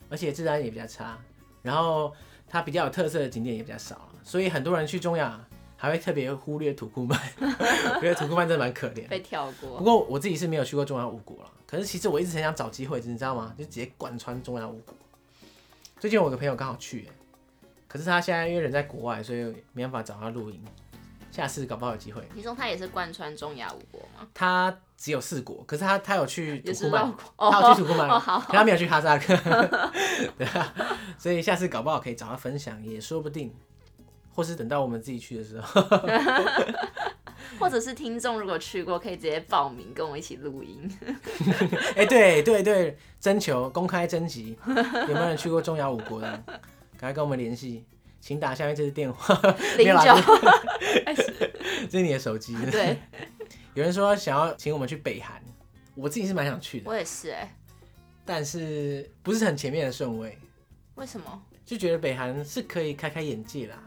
Speaker 1: 而且治安也比较差，然后它比较有特色的景点也比较少，所以很多人去中亚还会特别忽略土库曼。 *laughs* 我觉得土库曼真的蛮可怜。
Speaker 2: *laughs* 被跳
Speaker 1: 不
Speaker 2: 过。
Speaker 1: 过我自己是没有去过中亚五国了，可是其实我一直很想找机会，你知道吗？就直接贯穿中亚五国。最近我有个朋友刚好去、可是他现在因为人在国外，所以没办法找他录音。下次搞不好有机会。
Speaker 2: 你说他也是贯穿中亚五国吗？
Speaker 1: 他只有四国，可是他他有去土
Speaker 2: 也
Speaker 1: 库
Speaker 2: 是
Speaker 1: 曼
Speaker 2: 绕，国
Speaker 1: 他有去土库曼，
Speaker 2: 哦好
Speaker 1: 可他没有去哈萨克， *laughs* 对啊，所以下次搞不好可以找他分享，也说不定，或是等到我们自己去的时候， *laughs*
Speaker 2: 或者是听众如果去过，可以直接报名跟我一起录音。
Speaker 1: 哎、对对对，征求公开征
Speaker 2: *laughs*
Speaker 1: 集，有没有人去过中亚五国的？赶快跟我们联系，请打下面这支电话， *laughs* *laughs* 没
Speaker 2: 零
Speaker 1: 有啦
Speaker 2: 九
Speaker 1: 这是你的手机。
Speaker 2: *laughs* 对，
Speaker 1: 有人说想要请我们去北韩，我自己是蛮想去的，
Speaker 2: 我也是哎、
Speaker 1: 但是不是很前面的顺位，
Speaker 2: 为什么？
Speaker 1: 就觉得北韩是可以开开眼界啦。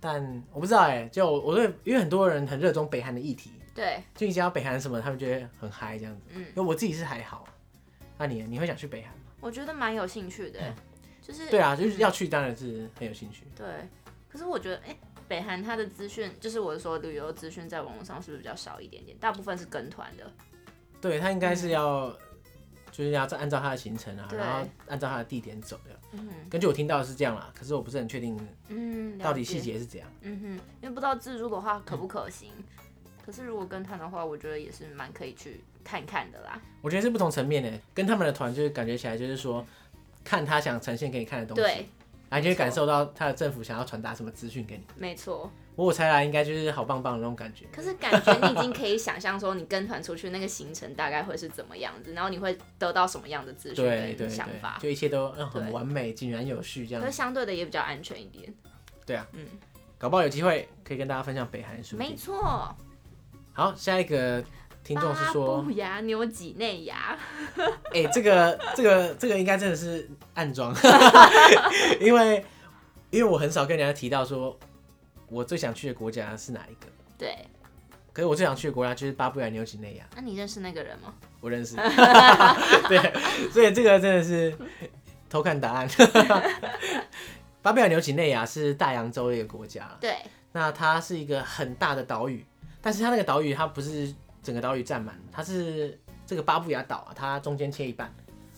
Speaker 1: 但我不知道哎、就我我对，因为很多人很热衷北韩的议题，
Speaker 2: 对，
Speaker 1: 就你讲到北韩什么，他们觉得很嗨这样子。
Speaker 2: 嗯，
Speaker 1: 因为我自己是还好，啊那你呢你会想去北韩吗？
Speaker 2: 我觉得蛮有兴趣的、欸，就是嗯
Speaker 1: 对啊，就是要去当然是很有兴趣。
Speaker 2: 对。可是我觉得，哎、北韩它的资讯，就是我说旅游资讯，在网络上是不是比较少一点点？大部分是跟团的，
Speaker 1: 对他应该是要，就是要按照他的行程啊，
Speaker 2: 嗯对
Speaker 1: 然后按照他的地点走的。
Speaker 2: 嗯
Speaker 1: 根据我听到的是这样啦，可是我不是很确定
Speaker 2: 嗯，了
Speaker 1: 到底
Speaker 2: 解
Speaker 1: 细，节是怎样。
Speaker 2: 嗯哼，因为不知道自助的话可不可行。
Speaker 1: 嗯
Speaker 2: 可是如果跟团的话，我觉得也是蛮可以去看看的啦。
Speaker 1: 我觉得是不同层面的，跟他们的团就是感觉起来就是说，看他想呈现给你看的东西，
Speaker 2: 对，
Speaker 1: 然后啊你就会
Speaker 2: 没错
Speaker 1: 感受到他的政府想要传达什么资讯给你。
Speaker 2: 没错。
Speaker 1: 我我猜啦，应该就是好棒棒的那种感觉。
Speaker 2: 可是感觉你已经可以想象说，你跟团出去那个行程大概会是怎么样子，然后你会得到什么样的资讯
Speaker 1: 对对对
Speaker 2: 跟想法，。
Speaker 1: 就一切都嗯很
Speaker 2: 对
Speaker 1: 完美、井然有序这样
Speaker 2: 可是。相对的也比较安全一点。
Speaker 1: 对啊，
Speaker 2: 嗯，
Speaker 1: 搞不好有机会可以跟大家分享北韩书
Speaker 2: 没
Speaker 1: 店。
Speaker 2: 错。
Speaker 1: 好，下一个听众是说
Speaker 2: 巴布，亚纽几内亚，
Speaker 1: 哎、这个这个这个应该真的是暗
Speaker 2: *laughs*
Speaker 1: 装，因为因为我很少跟人家提到说我最想去的国家是哪一个，
Speaker 2: 对，
Speaker 1: 可是我最想去的国家就是巴布亚纽几内亚，
Speaker 2: 那、你认识那个人吗？
Speaker 1: 我认识， *laughs* 对，所以这个真的是偷看答案。 *laughs* 巴布亚纽几内亚是大洋洲的一个国家啦， *laughs*
Speaker 2: 对，
Speaker 1: 那它是一个很大的岛屿，但是它那个岛屿它不是整个岛屿占满，它是这个巴布亚岛啊，它中间切一半，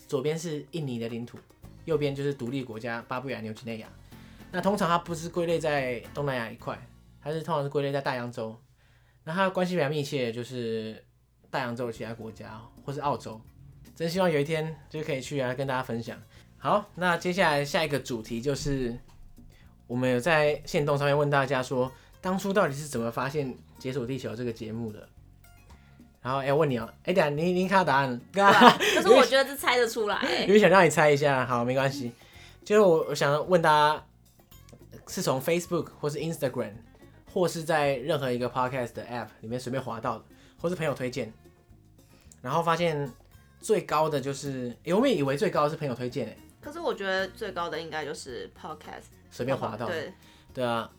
Speaker 1: 左边是印尼的领土，右边就是独立国家巴布亚纽几内亚。那通常它不是归类在东南亚一块，它是通常是归类在大洋洲。那它的关系比较密切，就是大洋洲的其他国家哦或是澳洲。真希望有一天就可以去啊，跟大家分享。好，那接下来下一个主题就是我们有在线动上面问大家说，当初到底是怎么发现《解锁地球》这个节目的？然后哎、问你哦、哎、等一下你你看到答案了，
Speaker 2: *laughs* 对啊可是我觉得这猜得出来、
Speaker 1: *laughs* 因为想让你猜一下，好，没关系。就是我我想问大家，是从 Facebook 或是 Instagram，或是在任何一个 Podcast 的 App 里面随便滑到的，或是朋友推荐，然后发现最高的就是，诶我们也以为最高的是朋友推荐，诶
Speaker 2: 可是我觉得最高的应该就是 podcast，
Speaker 1: 随便滑到。
Speaker 2: 哦对，
Speaker 1: 对啊，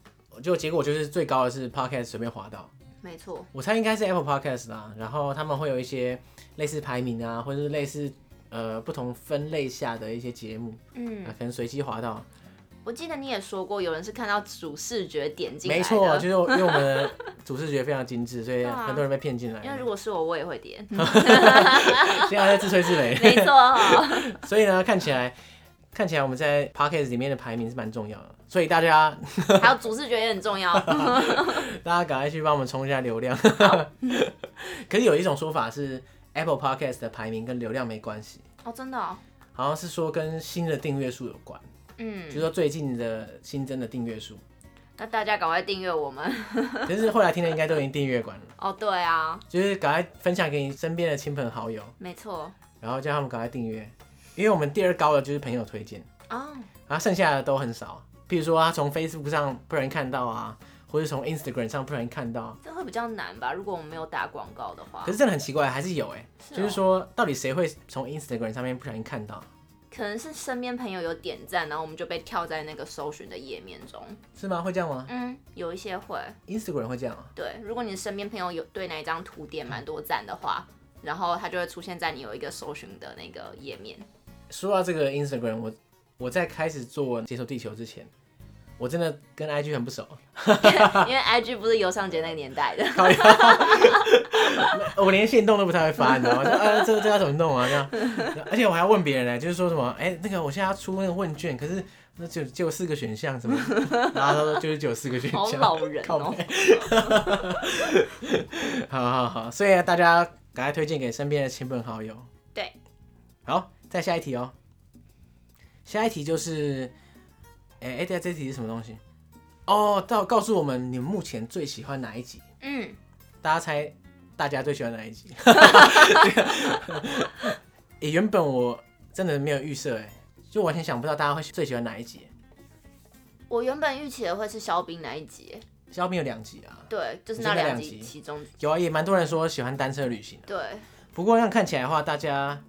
Speaker 1: 就结果就是最高的是 Podcast 随便滑到。
Speaker 2: 没错，
Speaker 1: 我猜应该是 Apple Podcast 啦，然后他们会有一些类似排名啊，或者是类似呃不同分类下的一些节目，
Speaker 2: 嗯，
Speaker 1: 啊，可能随机滑到。
Speaker 2: 我记得你也说过，有人是看到主视觉点进来的，
Speaker 1: 没错，就是我因为我们的主视觉非常精致，所以
Speaker 2: *laughs* 对啊
Speaker 1: 很多人被骗进来
Speaker 2: 因为如
Speaker 1: 了。
Speaker 2: 果是我，我也会
Speaker 1: *laughs*
Speaker 2: 点，
Speaker 1: 现在在自吹自擂，
Speaker 2: 没错哦，
Speaker 1: 所以呢，看起来看起来我们在 podcast 里面的排名是蛮重要的，所以大家
Speaker 2: 还有主视觉也很
Speaker 1: *laughs*
Speaker 2: 重要，
Speaker 1: 大家赶快去帮我们冲一下流量。 *laughs* 可是有一种说法是 Apple podcast 的排名跟流量没关系，
Speaker 2: 哦，真的、哦，
Speaker 1: 好像是说跟新的订阅数有关，
Speaker 2: 嗯
Speaker 1: 就，是说最近的新增的订阅数，
Speaker 2: 那大家赶快订阅我们 *laughs*
Speaker 1: 可是后来听的应该都已经订阅完了，
Speaker 2: 哦，对啊，
Speaker 1: 就是赶快分享给你身边的亲朋好友，
Speaker 2: 没错，
Speaker 1: 然后叫他们赶快订阅，因为我们第二高的就是朋友推荐。
Speaker 2: 哦，
Speaker 1: 然后啊剩下的都很少。譬如说他从 Facebook 上不然看到啊，或者从 Instagram 上不然看到啊，
Speaker 2: 这会比较难吧？如果我们没有打广告的话
Speaker 1: 可，是真的很奇怪，还是有哎、
Speaker 2: 是
Speaker 1: 就是
Speaker 2: 哦
Speaker 1: 说到底谁会从 Instagram 上面不小心看到，
Speaker 2: 可能是身边朋友有点赞，然后我们就被跳在那个搜寻的页面中。
Speaker 1: 是吗？会这样吗
Speaker 2: 嗯，有一些会。
Speaker 1: ？Instagram 会这样啊？
Speaker 2: 对，如果你身边朋友有对哪一张图点蛮多赞的话，然后它就会出现在你有一个搜寻的那个页面。
Speaker 1: 说到这个 Instagram，我我在开始做接受地球之前，我真的跟 IG 很不熟。 *laughs*
Speaker 2: 因为 IG 不是尤尚杰那个年代的，
Speaker 1: 靠腰我连线动都不太会发，你知道吗？就呃，这这要怎么弄啊？这样，而且我还要问别人呢，就是说什么，哎、那个我现在要出那个问卷，可是那就只有四个选项，什么？然后他说就是只有四个选 *laughs*
Speaker 2: 好
Speaker 1: 项，
Speaker 2: 老人
Speaker 1: 靠
Speaker 2: 哦、
Speaker 1: 背 *laughs* 好好好，所以啊大家赶快推荐给身边的亲朋好友。
Speaker 2: 对，
Speaker 1: 好，再下一题哦。下一题就是，哎、哎，对、这题是什么东西？哦，到告诉我们你们目前最喜欢哪一集？
Speaker 2: 嗯，
Speaker 1: 大家猜，大家最喜欢哪一集？ *laughs* 欸、原本我真的没有预设，哎，就完全想不到大家会最喜欢哪一集。
Speaker 2: 我原本预期的会是肖冰那一集，
Speaker 1: 肖冰有两集啊，
Speaker 2: 对，就是
Speaker 1: 你说
Speaker 2: 那
Speaker 1: 那
Speaker 2: 两
Speaker 1: 两
Speaker 2: 集
Speaker 1: 集
Speaker 2: 其中，
Speaker 1: 有啊，也蛮多人说喜欢单车旅行。
Speaker 2: 对，
Speaker 1: 不过这样看起来的话，大家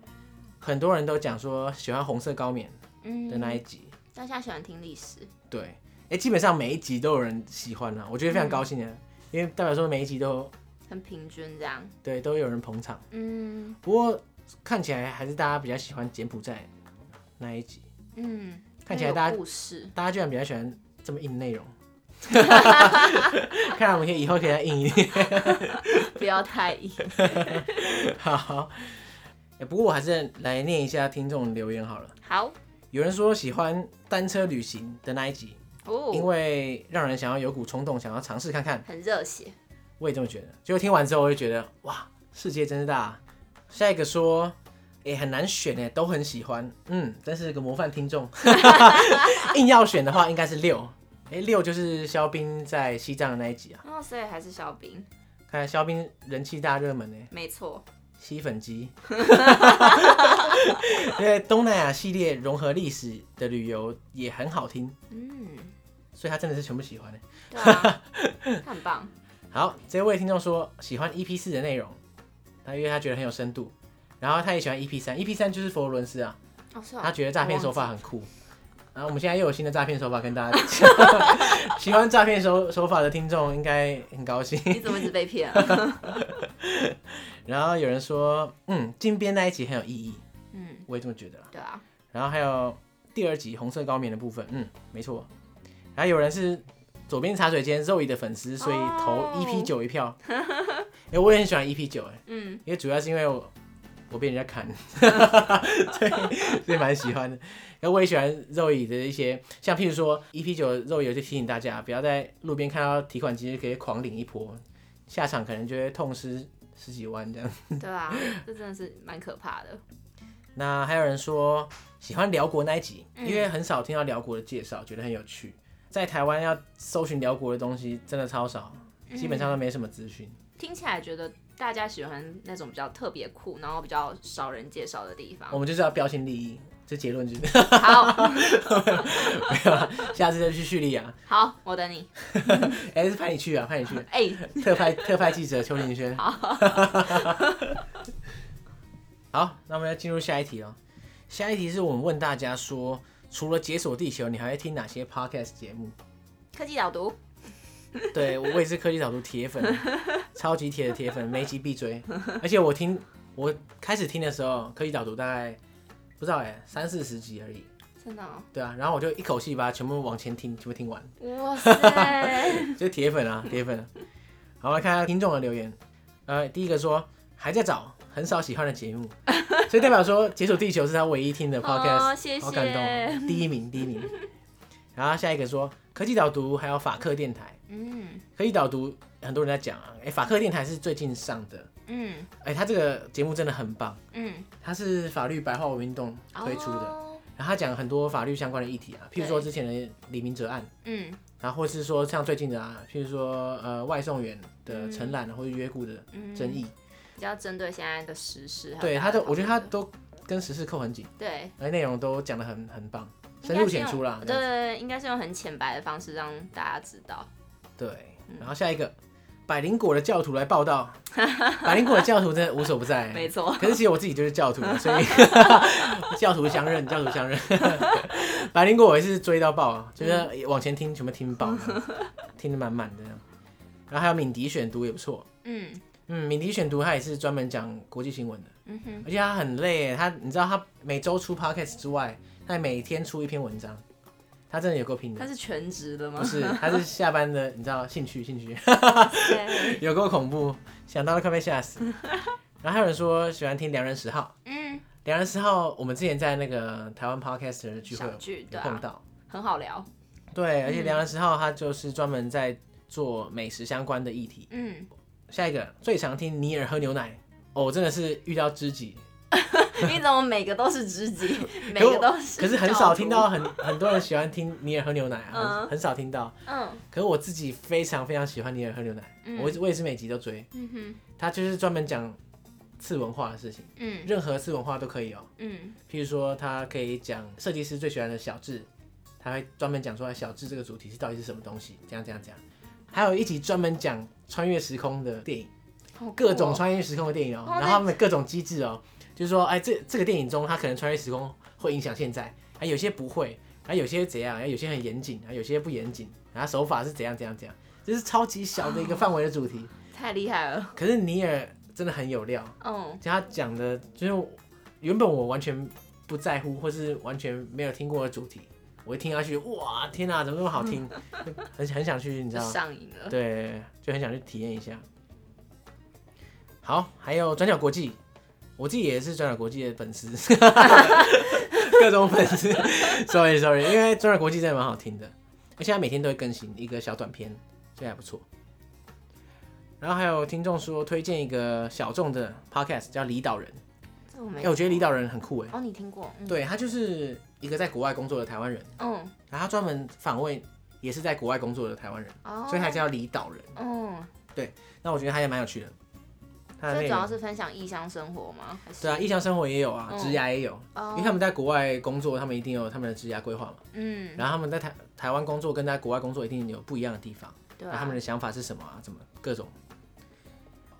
Speaker 1: 很多人都讲说喜欢红色高棉
Speaker 2: 嗯，
Speaker 1: 的那一集，
Speaker 2: 大家喜欢听历史，
Speaker 1: 对，哎、基本上每一集都有人喜欢啊，我觉得非常高兴啊，因为代表说每一集都
Speaker 2: 很平均这样，
Speaker 1: 对都有人捧场。
Speaker 2: 嗯
Speaker 1: 不过看起来还是大家比较喜欢柬埔寨那一集，
Speaker 2: 嗯，
Speaker 1: 看起来大
Speaker 2: 有
Speaker 1: 家
Speaker 2: 故事，
Speaker 1: 大家居然比较喜欢这么硬内容， *laughs* 看来我们可以以后可以再硬一点。
Speaker 2: 不要太硬，
Speaker 1: 好，哎、不过我还是来念一下听众留言好了。
Speaker 2: 好
Speaker 1: 有人说喜欢单车旅行的那一集， *laughs* 因
Speaker 2: 哦，
Speaker 1: 为让人想要有股冲动，想要尝试看看。
Speaker 2: 很热血，
Speaker 1: 我也这么觉得。结果听完之后，我就觉得哇，世界真是大、啊。下一个说，也、很难选哎，都很喜欢，嗯，真是个模范听众。硬要选的话，应该是六，哎、六就是肖冰在西藏的那一集啊。
Speaker 2: 哦，所以还是肖冰，
Speaker 1: 看来肖冰人气大热门哎，
Speaker 2: 没错，
Speaker 1: 吸粉机。对，东南亚系列融合历史的旅游也很好听，
Speaker 2: 嗯，
Speaker 1: 所以他真的是全部喜欢哎。
Speaker 2: 对
Speaker 1: *laughs*
Speaker 2: 啊，他很棒，
Speaker 1: 好，这位听众说喜欢 EP 四的内容，他因为他觉得很有深度，然后他也喜欢 EP 三，EP E 三就是佛罗伦斯啊，
Speaker 2: 哦，是哦
Speaker 1: 他觉得诈骗手法
Speaker 2: 我忘
Speaker 1: 很酷。然后我们现在又有新的诈骗手法跟大家讲，喜欢诈骗手手法的听众应该很高兴。
Speaker 2: 记你怎么一直被骗
Speaker 1: *laughs*
Speaker 2: 啊？
Speaker 1: 然后有人说，嗯，金边那一集很有意义，
Speaker 2: 嗯，
Speaker 1: 我也这么觉得啦。
Speaker 2: 对啊，
Speaker 1: 然后还有第二集红色高棉的部分，嗯，没错。然后有人是左边茶水间 Zoe 的粉丝，所以投
Speaker 2: 哦
Speaker 1: EP 九一
Speaker 2: *laughs*
Speaker 1: 票。哎、我也很喜欢 EP 九，哎，
Speaker 2: 嗯，
Speaker 1: 因为主要是因为我我被人家砍，
Speaker 2: *laughs*
Speaker 1: 所以所以蛮喜欢的。然后我也喜欢 Zoe 的一些，像譬如说 EP 九 Zoe 有就提醒大家，不要在路边看到提款机就可以狂领一波，下场可能就会痛失十几万这样。
Speaker 2: 对啊，这真的是蛮可怕的，
Speaker 1: 那还有人说喜欢辽国那一集，因为很少听到辽国的介绍，觉得很有趣。在台湾要搜寻辽国的东西真的超少，基本上都没什么资讯。
Speaker 2: 听起来觉得大家喜欢那种比较特别酷，然后比较少人介绍的地方
Speaker 1: 我。们就是要标新立异，这结论就是
Speaker 2: 好， *laughs*
Speaker 1: 下次再去叙利亚。
Speaker 2: 好，我等你。
Speaker 1: 哎、是派你去啊，派你去，
Speaker 2: 哎、
Speaker 1: 特派特派记者邱林轩。 *laughs* 好，那我们要进入下一题哦。下一题是我们问大家说，除了解锁地球，你还会听哪些 podcast 节目？
Speaker 2: 科技导读，
Speaker 1: 对我也是科技导读铁粉，超级铁的铁粉，每一集必
Speaker 2: *laughs*
Speaker 1: 追。而且我听我开始听的时候，科技导读大概不知道哎、三四十集而已，
Speaker 2: 真的、哦，
Speaker 1: 对啊，然后我就一口气把它全部往前听，全部听完，
Speaker 2: 哇塞，
Speaker 1: 就是铁粉啊，铁粉。好，来看看听众的留言。呃，第一个说还在找很少喜欢的节
Speaker 2: *laughs*
Speaker 1: 目，所以代表说《解锁地球》是他唯一听的 podcast，、
Speaker 2: 哦谢谢
Speaker 1: 好感动哦，第一名，第一名。然后下一个说科技导读还有法克电台。
Speaker 2: 嗯
Speaker 1: 科技导读很多人在讲啊，哎、法克电台是最近上的，
Speaker 2: 嗯
Speaker 1: 哎、他这个节目真的很棒，
Speaker 2: 嗯，
Speaker 1: 他是法律白话文运动推出的，
Speaker 2: 哦
Speaker 1: 然后他讲很多法律相关的议题啊，譬如说之前的李明哲案，
Speaker 2: 嗯
Speaker 1: 然后或是说像最近的啊，譬如说呃外送员的承揽、或者约雇的
Speaker 2: 嗯，
Speaker 1: 争议，
Speaker 2: 比较针对现在的时事。
Speaker 1: 对他
Speaker 2: 的
Speaker 1: 的，，我觉得他都跟时事扣很紧，
Speaker 2: 对，
Speaker 1: 而内容都讲得很很棒，深入浅出啦
Speaker 2: 应该
Speaker 1: 这
Speaker 2: 是
Speaker 1: 样
Speaker 2: 用
Speaker 1: 子
Speaker 2: 对，应该是用很浅白的方式让大家知道。
Speaker 1: 对，
Speaker 2: 嗯
Speaker 1: 然后下一个，百灵果的教徒来报
Speaker 2: *laughs*
Speaker 1: 道，百灵果的教徒真的无所不在，
Speaker 2: 没错
Speaker 1: *laughs* 可是其实我自己就是教徒嘛，
Speaker 2: *laughs*
Speaker 1: 所以教徒相认，教徒相认。 *laughs* 百灵果我也是追到爆，啊，就是往前听，全部听爆，
Speaker 2: 嗯
Speaker 1: 听得满满的。然后还有敏迪选读也不错，
Speaker 2: 嗯
Speaker 1: 嗯，敏迪选读他也是专门讲国际新闻的，
Speaker 2: 嗯哼，
Speaker 1: 而且他很累耶，他你知道他每周出 podcast 之外，他还每天出一篇文章，他真的有够拼的
Speaker 2: 他。是全职的吗
Speaker 1: 不？是，他是下班的，你知道兴趣兴趣。 *laughs*
Speaker 2: 对，
Speaker 1: 有够恐怖，想到都快被吓
Speaker 2: *laughs*
Speaker 1: 死。然后还有人说喜欢听《良人十号》，
Speaker 2: 嗯，
Speaker 1: 《良人十号》我们之前在那个台湾 podcaster 的聚会哦
Speaker 2: 小
Speaker 1: 有
Speaker 2: 剧对
Speaker 1: 碰
Speaker 2: 啊，嗯
Speaker 1: 到，
Speaker 2: 很好聊。
Speaker 1: 对，而且《良人十号》它就是专门在做美食相关的议题。
Speaker 2: 嗯，
Speaker 1: 下一个最常听尼尔喝牛奶，哦，真的是遇到知己，
Speaker 2: 你怎么每个都是
Speaker 1: *laughs*
Speaker 2: 知己，每
Speaker 1: 可
Speaker 2: 个
Speaker 1: 我
Speaker 2: 都 *laughs* 是？
Speaker 1: 可是很少听。到很很多人喜欢听尼尔喝牛奶啊，
Speaker 2: 嗯
Speaker 1: 很很少听到。
Speaker 2: 嗯
Speaker 1: 可是我自己非常非常喜欢尼尔喝牛奶，
Speaker 2: 嗯
Speaker 1: 我我也是每集都追，
Speaker 2: 嗯哼，
Speaker 1: 他就是专门讲次文化的事情，
Speaker 2: 嗯
Speaker 1: 任何次文化都可以哦。
Speaker 2: 嗯
Speaker 1: 譬如说，他可以讲设计师最喜欢的小智，他会专门讲出来小智这个主题是到底是什么东西，这样这样这样。还有一集专门讲穿越时空的电影，
Speaker 2: 好酷哦
Speaker 1: 各种穿越时空的电影哦、
Speaker 2: 哦
Speaker 1: 然
Speaker 2: 那
Speaker 1: 后他们各种机制哦、就是说，哎，这这个电影中他可能穿越时空会影响现在，还有些不会，还有些怎样，还有些很严谨，还啊有些不严谨，然后手法是怎样怎样怎样，这是超级小的一个范围的主题。
Speaker 2: 太厉害了。
Speaker 1: 可是尼尔真的很有料，
Speaker 2: 嗯
Speaker 1: 其实他讲的就是原本我完全不在乎，或是完全没有听过的主题，我一听下去，哇，天啊哪、怎么那么好听？很很想去，你知
Speaker 2: 就
Speaker 1: 道，
Speaker 2: 上瘾 *laughs* 了。
Speaker 1: 对，就很想去体验一下。好，还有转角国际，我自己也是转角国际的粉丝， *laughs* 各种粉丝。Sorry Sorry，因为转角国际真的蛮好听的，而且它每天都会更新一个小短片，所以还不错。然后还有听众说推荐一个小众的 podcast 叫《离岛人》，
Speaker 2: 这我没
Speaker 1: 哎、。我觉得《离岛人》很酷哎，
Speaker 2: 哦，你听过？嗯
Speaker 1: 对他就是一个在国外工作的台湾人，
Speaker 2: 嗯
Speaker 1: 然后他专门访问也是在国外工作的台湾人，
Speaker 2: 哦，
Speaker 1: 所以才叫离岛人。
Speaker 2: 嗯，
Speaker 1: 那我觉得他也蛮有趣的。他的
Speaker 2: 所以
Speaker 1: 内
Speaker 2: 主要
Speaker 1: 容
Speaker 2: 是分享异乡生活吗？还是
Speaker 1: 对啊，异乡生活也有啊，
Speaker 2: 嗯
Speaker 1: 职涯也有，因为他
Speaker 2: 哦，
Speaker 1: 们在国外工作，他们一定有他们的职涯规划嘛。
Speaker 2: 嗯，
Speaker 1: 然后他们在台台湾工作跟在国外工作一定有不一样的地方，
Speaker 2: 对
Speaker 1: 然
Speaker 2: 啊
Speaker 1: 后他们的想法是什么啊？怎么各种。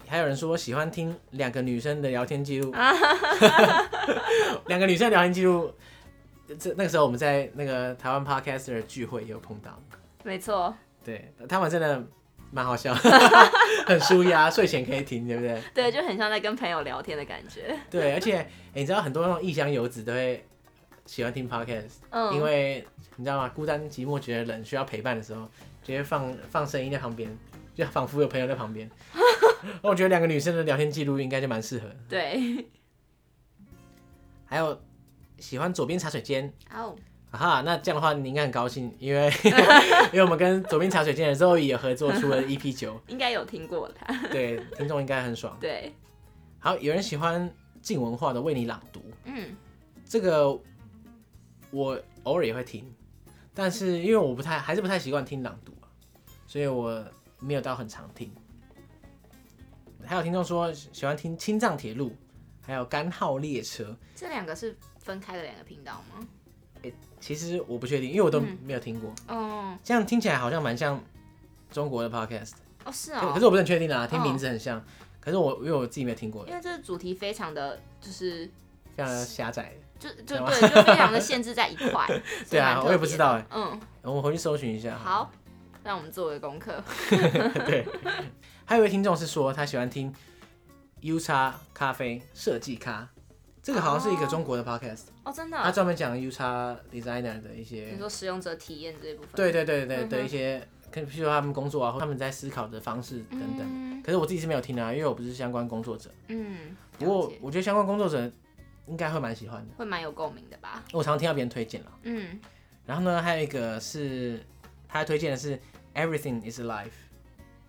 Speaker 1: 还有人说喜欢听两个女生的聊天
Speaker 2: *laughs*
Speaker 1: 记录，两个女生的聊天记录，这那个时候我们在那个台湾 podcaster 的聚会也有碰到，
Speaker 2: 没错，
Speaker 1: 对他们真的 *laughs* 蛮好笑，很舒压，睡前可以听，对不对？
Speaker 2: 对，就很像在跟朋友聊天的感觉。
Speaker 1: 对，而且、欸你知道很多那种异乡游子都会喜欢听 podcast，、
Speaker 2: 嗯，
Speaker 1: 因为你知道吗？孤单寂寞觉得冷，需要陪伴的时候，就会放放声音在旁边，就仿佛有朋友在旁边。 *laughs* 那我觉得两个女生的聊天记录应该就蛮适合的。
Speaker 2: 对，
Speaker 1: 还有喜欢左边茶水间，
Speaker 2: 哦，
Speaker 1: 啊哈，那这样的话你应该很高兴，因为 *laughs* 因为我们跟左边茶水间的 Zoe 也合作出了 EP 九，
Speaker 2: 应该有听过他。
Speaker 1: 对听众应该很爽。
Speaker 2: 对，
Speaker 1: 好，有人喜欢静文化的为你朗读，
Speaker 2: 嗯
Speaker 1: 这个我偶尔也会听，但是因为我不太还是不太习惯听朗读啊，所以我没有到很常听。还有听众说喜欢听青藏铁路，还有干号列车。
Speaker 2: 这两个是分开的两个频道吗？
Speaker 1: 其实我不确定，因为我都
Speaker 2: 嗯
Speaker 1: 没有听过。
Speaker 2: 哦，
Speaker 1: 这样听起来好像蛮像中国的 podcast，、
Speaker 2: 哦是
Speaker 1: 可可
Speaker 2: 哦，
Speaker 1: 是我不是很确定啊，听
Speaker 2: 哦
Speaker 1: 名字很像，可是我因为我自己没有听过，
Speaker 2: 因为这个主题非常的就是。
Speaker 1: 非常狭
Speaker 2: *laughs*
Speaker 1: 窄。。
Speaker 2: 就就对，就非常的限制在一块
Speaker 1: *laughs* 对啊，我也不知道哎、啊
Speaker 2: 哎。嗯，
Speaker 1: 我们回去搜寻一下。
Speaker 2: 好，让我们做个功课。
Speaker 1: *laughs* 对，还有一位听众是说他喜欢听 U 叉咖啡设计咖，这个好像是一个中国的 podcast，、
Speaker 2: 哦，真的
Speaker 1: 他
Speaker 2: 哦，
Speaker 1: 专门讲 U 叉 designer 的一
Speaker 2: 你
Speaker 1: 些，
Speaker 2: 说使用者体验这一部分。
Speaker 1: 对对对对
Speaker 2: 嗯
Speaker 1: 对
Speaker 2: 哼
Speaker 1: 一些，可譬如说他们工作啊，或他们在思考的方式
Speaker 2: 嗯
Speaker 1: 等等。
Speaker 2: 等。
Speaker 1: 可是我自己是没有听啊，因为我不是相关工作者。
Speaker 2: 嗯，
Speaker 1: 不过
Speaker 2: 了解
Speaker 1: 我觉得相关工作者应该会蛮喜欢的，
Speaker 2: 会蛮有共鸣的吧？
Speaker 1: 我常听到别人推荐了。
Speaker 2: 嗯，
Speaker 1: 然后呢，还有一个是他推荐的是 Everything is Life，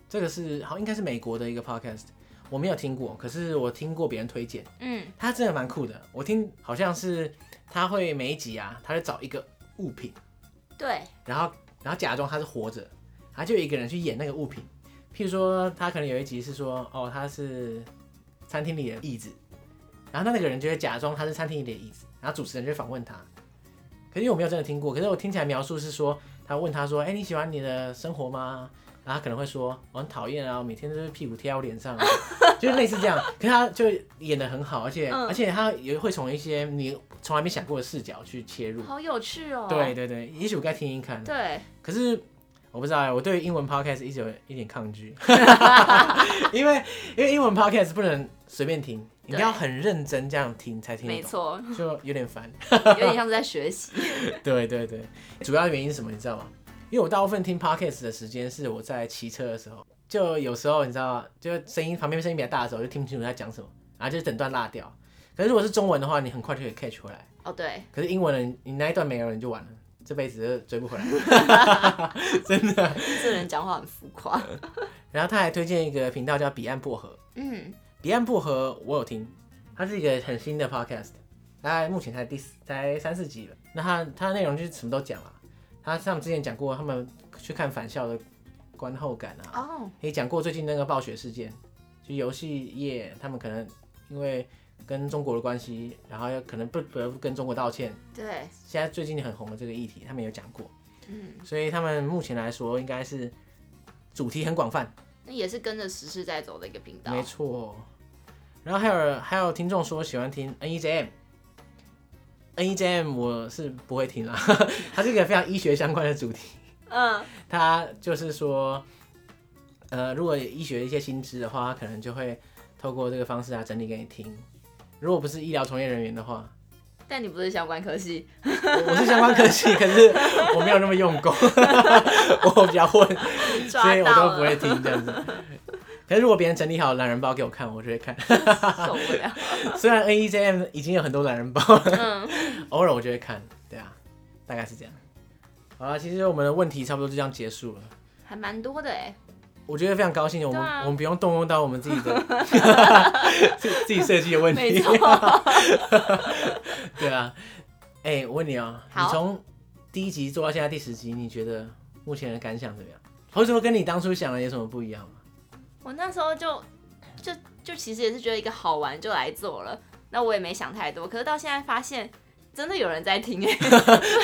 Speaker 1: 这个是好应该是美国的一个 podcast，我没有听过，可是我听过别人推荐，
Speaker 2: 嗯，
Speaker 1: 他真的蛮酷的。我听好像是他会每一集啊，他就找一个物品，
Speaker 2: 对，
Speaker 1: 然后然后假装他是活着，他就一个人去演那个物品。譬如说，他可能有一集是说，哦，他是餐厅里的椅子，然后那个人就会假装他是餐厅里的椅子，然后主持人就会访问他。可可是因为我没有真的听过，可是我听起来描述是说，他问他说，哎、你喜欢你的生活吗？然后他可能会说，我很讨厌啊，我每天都是屁股贴到脸上啊， *laughs* 就是类似这样。可是他就演的很好，而且、
Speaker 2: 嗯
Speaker 1: 而且他也会从一些你从来没想过的视角去切入。
Speaker 2: 好有趣哦。
Speaker 1: 对对对，也许我该听听看。啊
Speaker 2: 对，
Speaker 1: 可是我不知道哎，我对英文 podcast 一直有一点抗
Speaker 2: *laughs*
Speaker 1: 拒，因为因为英文 podcast 不能随便听，你一定要很认真这样听才听
Speaker 2: 没
Speaker 1: 得懂，
Speaker 2: 错，
Speaker 1: 就有点烦。
Speaker 2: 有点像是在学习。
Speaker 1: 对对对，主要原因是什么你知道吗？因为我大部分听 podcast 的时间是我在骑车的时候，就有时候你知道，就声音旁边声音比较大的时候，我就听不清楚他讲什么，然后就整段落掉。可是如果是中文的话，你很快就可以 catch 回来。
Speaker 2: 哦，对，
Speaker 1: 可是英文人，你那一段没有人就完了，这辈子就追不回
Speaker 2: *laughs*
Speaker 1: 来，真的。
Speaker 2: 这人讲话很浮夸。
Speaker 1: 然后他还推荐一个频道叫彼岸薄荷，
Speaker 2: 嗯，
Speaker 1: 彼岸薄荷我有听，它是一个很新的 podcast，大概目前才第四才三四集了。那他他内容就是什么都讲了、他他们之前讲过他们去看返校的观后感啊，
Speaker 2: 哦，
Speaker 1: 也讲过最近那个暴雪事件，就游戏业他们可能因为跟中国的关系，然后要可能不得不跟中国道歉，
Speaker 2: 对，
Speaker 1: 现在最近很红的这个议题，他们有讲过，
Speaker 2: 嗯，
Speaker 1: 所以他们目前来说应该是主题很广泛。
Speaker 2: 那也是跟着时事在走的一个频道
Speaker 1: 没。错。然后还有还有听众说喜欢听 E NEJM。NEJM E 我是不会听啦， *laughs* 它是一个非常医学相关的主题。
Speaker 2: 嗯，
Speaker 1: 它就是说，呃，如果医学一些新知的话，它可能就会透过这个方式来整理给你听。如果不是医疗从业人员的话，
Speaker 2: 但你不是相关科系，
Speaker 1: 我我是相关科系，可是我没有那么用功， *laughs* 我比较混， *laughs* 所
Speaker 2: 抓
Speaker 1: 以我
Speaker 2: 到
Speaker 1: 都
Speaker 2: 了，
Speaker 1: 不会听这样子。可是如果别人整理好懒人包给我看，我就会看。
Speaker 2: *laughs* 受不
Speaker 1: *laughs*
Speaker 2: 了。
Speaker 1: 虽然 N E J M 已经有很多懒人包 *laughs* 了，
Speaker 2: 嗯，
Speaker 1: 偶尔我就会看，对啊，大概是这样。好了，其实我们的问题差不多就这样结束了。
Speaker 2: 还蛮多的哎。
Speaker 1: 我觉得非常高兴，我们、
Speaker 2: 对啊
Speaker 1: 我们不用动用到我们自己
Speaker 2: *laughs*
Speaker 1: 的自自己设计的问
Speaker 2: 没
Speaker 1: 题
Speaker 2: 错，
Speaker 1: *laughs* 对啊。哎、我问你哦、
Speaker 2: 好
Speaker 1: 你从第一集做到现在第十集，你觉得目前的感想怎么样？或者说跟你当初想的有什么不一样吗？ *laughs*
Speaker 2: 我那时候就就就其实也是觉得一个好玩就来做了，那我也没想太多。可是到现在发现，真的有人在听哎，
Speaker 1: 是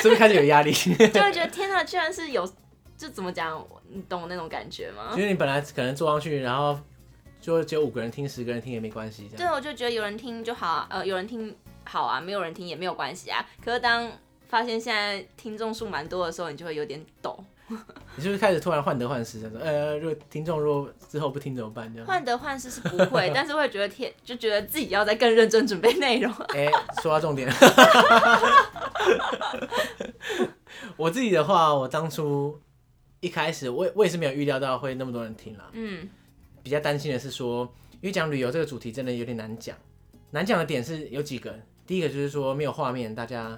Speaker 1: 不是开始有压力？ *laughs* 觉
Speaker 2: *laughs* 就会觉得天哪，居然是有，就怎么讲，你懂那种感觉吗？
Speaker 1: 得你本来可能做上去，然后就只有五个人听，十个人听也没关系，这
Speaker 2: 对，
Speaker 1: 样。
Speaker 2: 我就觉得有人听就好、啊，呃，有人听好啊，没有人听也没有关系啊。可是当发现现在听众数蛮多的时候，你就会有点抖，
Speaker 1: 你是不是开始突然患得患失？想说，呃，如果听众如果之后不听怎么办？这样。
Speaker 2: 患得患失是不
Speaker 1: *laughs*
Speaker 2: 会，但是会觉得天，就觉得自己要再更认真准备内容。
Speaker 1: 哎、说到重点， *laughs* 我自己的话，我当初一开始，我也我也是没有预料到会那么多人听啦。
Speaker 2: 嗯，
Speaker 1: 比较担心的是说，因为讲旅游这个主题真的有点难讲，难讲的点是有几个，第一个就是说没有画面，大家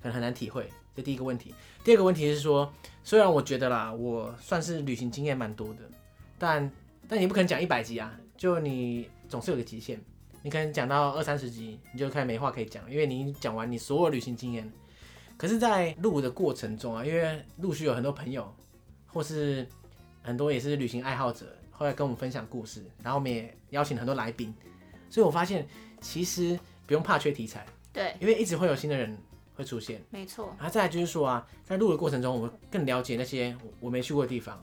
Speaker 1: 可能很难体会，这第一个问题。第二个问题是说，虽然我觉得啦，我算是旅行经验蛮多的，但但你不可能讲一百集啊，就你总是有个极限。你可能讲到二三十集，你就开始没话可以讲，因为你已经讲完你所有旅行经验了。可是，在录的过程中啊，因为陆续有很多朋友，或是很多也是旅行爱好者，后来跟我们分享故事，然后我们也邀请了很多来宾，所以我发现其实不用怕缺题材，
Speaker 2: 对，
Speaker 1: 因为一直会有新的人会出现。
Speaker 2: 没错，
Speaker 1: 然后再来就是说啊，在录的过程中，我更了解那些我我没去过的地方，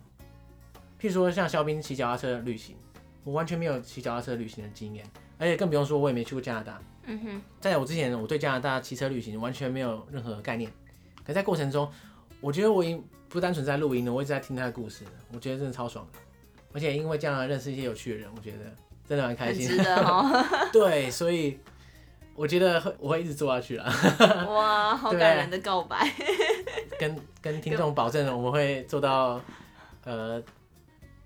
Speaker 1: 譬如说像肖斌骑脚踏车旅行，我完全没有骑脚踏车旅行的经验，而且更不用说我也没去过加拿大。
Speaker 2: 嗯哼，
Speaker 1: 在我之前，我对加拿大骑车旅行完全没有任何概念。可在过程中，我觉得我已经不单纯在录音了，我一直在听他的故事，我觉得真的超爽的。而且因为这样认识一些有趣的人，我觉得真的蛮开
Speaker 2: 很
Speaker 1: 心
Speaker 2: 值
Speaker 1: 的。
Speaker 2: 得
Speaker 1: *laughs*
Speaker 2: 哦，
Speaker 1: 对，所以我觉得会我会一直做下去啦。
Speaker 2: 哇，好感人的告白。 *laughs*
Speaker 1: 跟跟听众保证，我们会做到呃，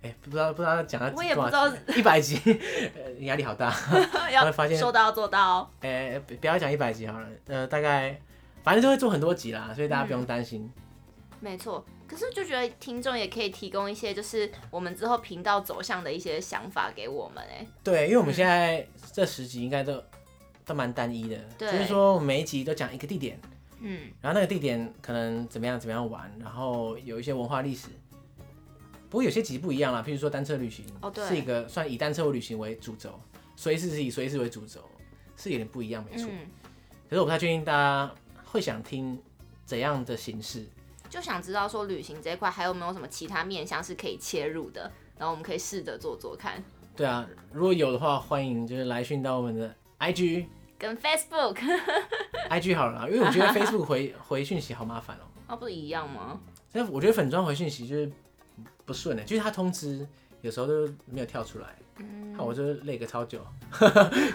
Speaker 1: 哎、不知道不知道讲到
Speaker 2: 我也不知道
Speaker 1: 一百集，呃压力好大。
Speaker 2: 要
Speaker 1: 会发现
Speaker 2: 说到做到。哦
Speaker 1: 哎、不不要讲一百集好了，呃，大概反正就会做很多集啦，所以大家不
Speaker 2: 嗯
Speaker 1: 用担心。
Speaker 2: 没错，可是就觉得听众也可以提供一些，就是我们之后频道走向的一些想法给我们哎、
Speaker 1: 对，因为我们
Speaker 2: 嗯
Speaker 1: 现在这十集应该都都蛮单一的，
Speaker 2: 对
Speaker 1: 就是说我们每一集都讲一个地点，
Speaker 2: 嗯，
Speaker 1: 然后那个地点可能怎么样怎么样玩，然后有一些文化历史。不过有些集不一样啦，譬如说单车旅行，
Speaker 2: 哦对
Speaker 1: 是一个算以单车旅行为主轴，随时是以随时为主轴，是有点不一样没错。
Speaker 2: 嗯，
Speaker 1: 可是我不太确定大家会想听怎样的形式？
Speaker 2: 就想知道说旅行这一块还有没有什么其他面向是可以切入的，然后我们可以试着做做看。
Speaker 1: 对啊，如果有的话，欢迎就是来讯到我们的 IG
Speaker 2: 跟 Facebook， *laughs*
Speaker 1: IG 好了啦，因为我觉得 Facebook 回回讯息好麻烦哦、
Speaker 2: 那、不是一样吗？
Speaker 1: 但我觉得粉砖回讯息就是不顺欸的、就是它通知有时候都没有跳出来，
Speaker 2: 嗯
Speaker 1: 那、我就累个超久， *laughs* 觉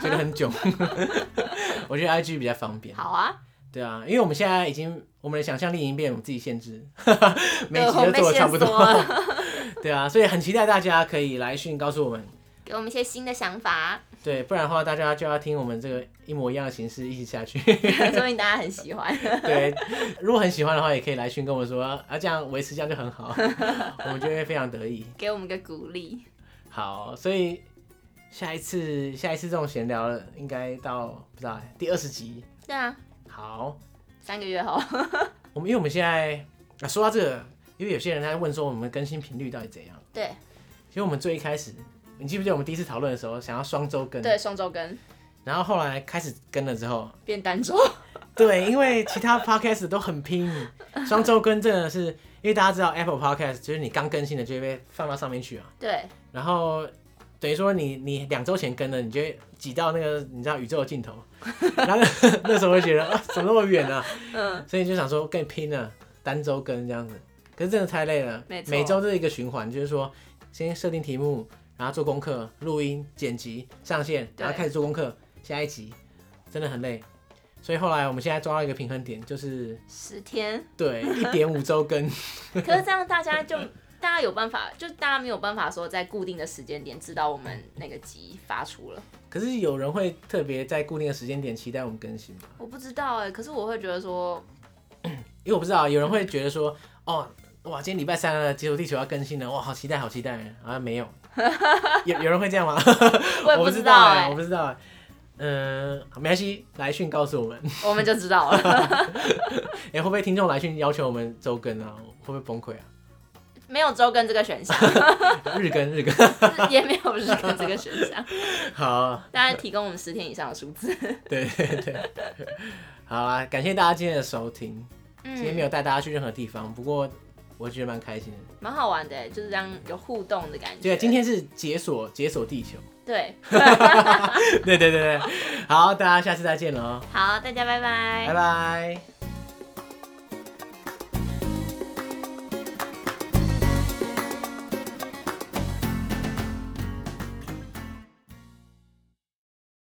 Speaker 1: 得很囧。我觉得 IG 比较方便。
Speaker 2: 好啊，
Speaker 1: 对啊，因为我们现在已经我们的想象力已经被我们自己限
Speaker 2: *laughs*
Speaker 1: 制，每集
Speaker 2: 呃
Speaker 1: 都
Speaker 2: *laughs* 我们被
Speaker 1: 做的差不
Speaker 2: 限缩
Speaker 1: 多。
Speaker 2: 了
Speaker 1: *laughs* 对啊，所以很期待大家可以来讯告诉我们，
Speaker 2: *laughs* 给我们一些新的想法， *laughs*
Speaker 1: 对，不然的话大家就要听我们这个一模一样的形式一起下去。 *laughs*
Speaker 2: 说明大家很喜欢。 *laughs*
Speaker 1: 对，如果很喜欢的话，也可以来讯跟我说啊，这样维持这样就很
Speaker 2: *laughs*
Speaker 1: 好，我们就会非常得意。
Speaker 2: 给我们个鼓励。
Speaker 1: 好，所以下一次下一次这种闲聊了，应该到不知道欸第二十集。
Speaker 2: 对啊，
Speaker 1: 好，
Speaker 2: 三个月后，
Speaker 1: 我们因为我们现在啊说到这个，因为有些人他问说我们更新频率到底怎样？
Speaker 2: 对
Speaker 1: 其实我们最一开始，你记不记得我们第一次讨论的时候，想要双周更，
Speaker 2: 对，双周更
Speaker 1: 然后后来开始更了之后，
Speaker 2: 变单周，
Speaker 1: 对，因为其他 podcast 都很拼，双周更真的是，因为大家知道 Apple Podcast 就是你刚更新的就会被放到上面去啊，
Speaker 2: 对
Speaker 1: 然后等于说你你两周前跟的，你就会挤到那个你知道宇宙的
Speaker 2: *laughs*
Speaker 1: 尽头，然后 *laughs* 那那时候会觉得啊怎么那么远啊，
Speaker 2: 嗯，
Speaker 1: 所以就想说更拼了，单周更这样子，可是真的太累了，
Speaker 2: 没错
Speaker 1: 每周这一个循环，就是说先设定题目，然后做功课、录音、剪辑、上线，
Speaker 2: 对
Speaker 1: 然后开始做功课，下一集真的很累，所以后来我们现在抓到一个平衡点，就是
Speaker 2: 十天。
Speaker 1: 对一点五周更， *laughs*
Speaker 2: 可是这样大 *laughs* 家就大家有办法，就大家没有办法说在固定的时间点知道我们那个集发出了。
Speaker 1: 可是有人会特别在固定的时间点期待我们更新吗？
Speaker 2: 我不知道哎、可是我会觉得说，
Speaker 1: 因为我不知道，有人会觉得说，哦，哇，今天礼拜三了，《解锁地球》要更新了，哇，好期待，好期待啊！没有， *laughs* 有有人会这样吗？
Speaker 2: 我也
Speaker 1: 我
Speaker 2: 不
Speaker 1: 不
Speaker 2: 知
Speaker 1: 知
Speaker 2: 道
Speaker 1: 道
Speaker 2: 哎、
Speaker 1: *laughs* 我不知道欸。嗯、没关系，来讯告诉我们。 *laughs*
Speaker 2: 我们就知道欸 *laughs* 了。
Speaker 1: 哎、会不会听众来讯要求我们周更啊？会不会崩溃啊？
Speaker 2: 没有周更这个选项，
Speaker 1: *laughs* 日更，日更。
Speaker 2: 也没有日更这个选项， *laughs*
Speaker 1: 好，
Speaker 2: 大家提供我们十天以上的数字。
Speaker 1: 对对对，好啊！感谢大家今天的收听。今天没
Speaker 2: 嗯，
Speaker 1: 有带大家去任何地方，不过我觉得蛮开心的。
Speaker 2: 蛮好玩的、欸，就是这样有互动的感觉。
Speaker 1: 对，今天是解锁解锁地
Speaker 2: *laughs*
Speaker 1: 球。
Speaker 2: 对，
Speaker 1: 对对对对，好，大家下次再见喽，
Speaker 2: 好，大家拜拜
Speaker 1: 拜拜。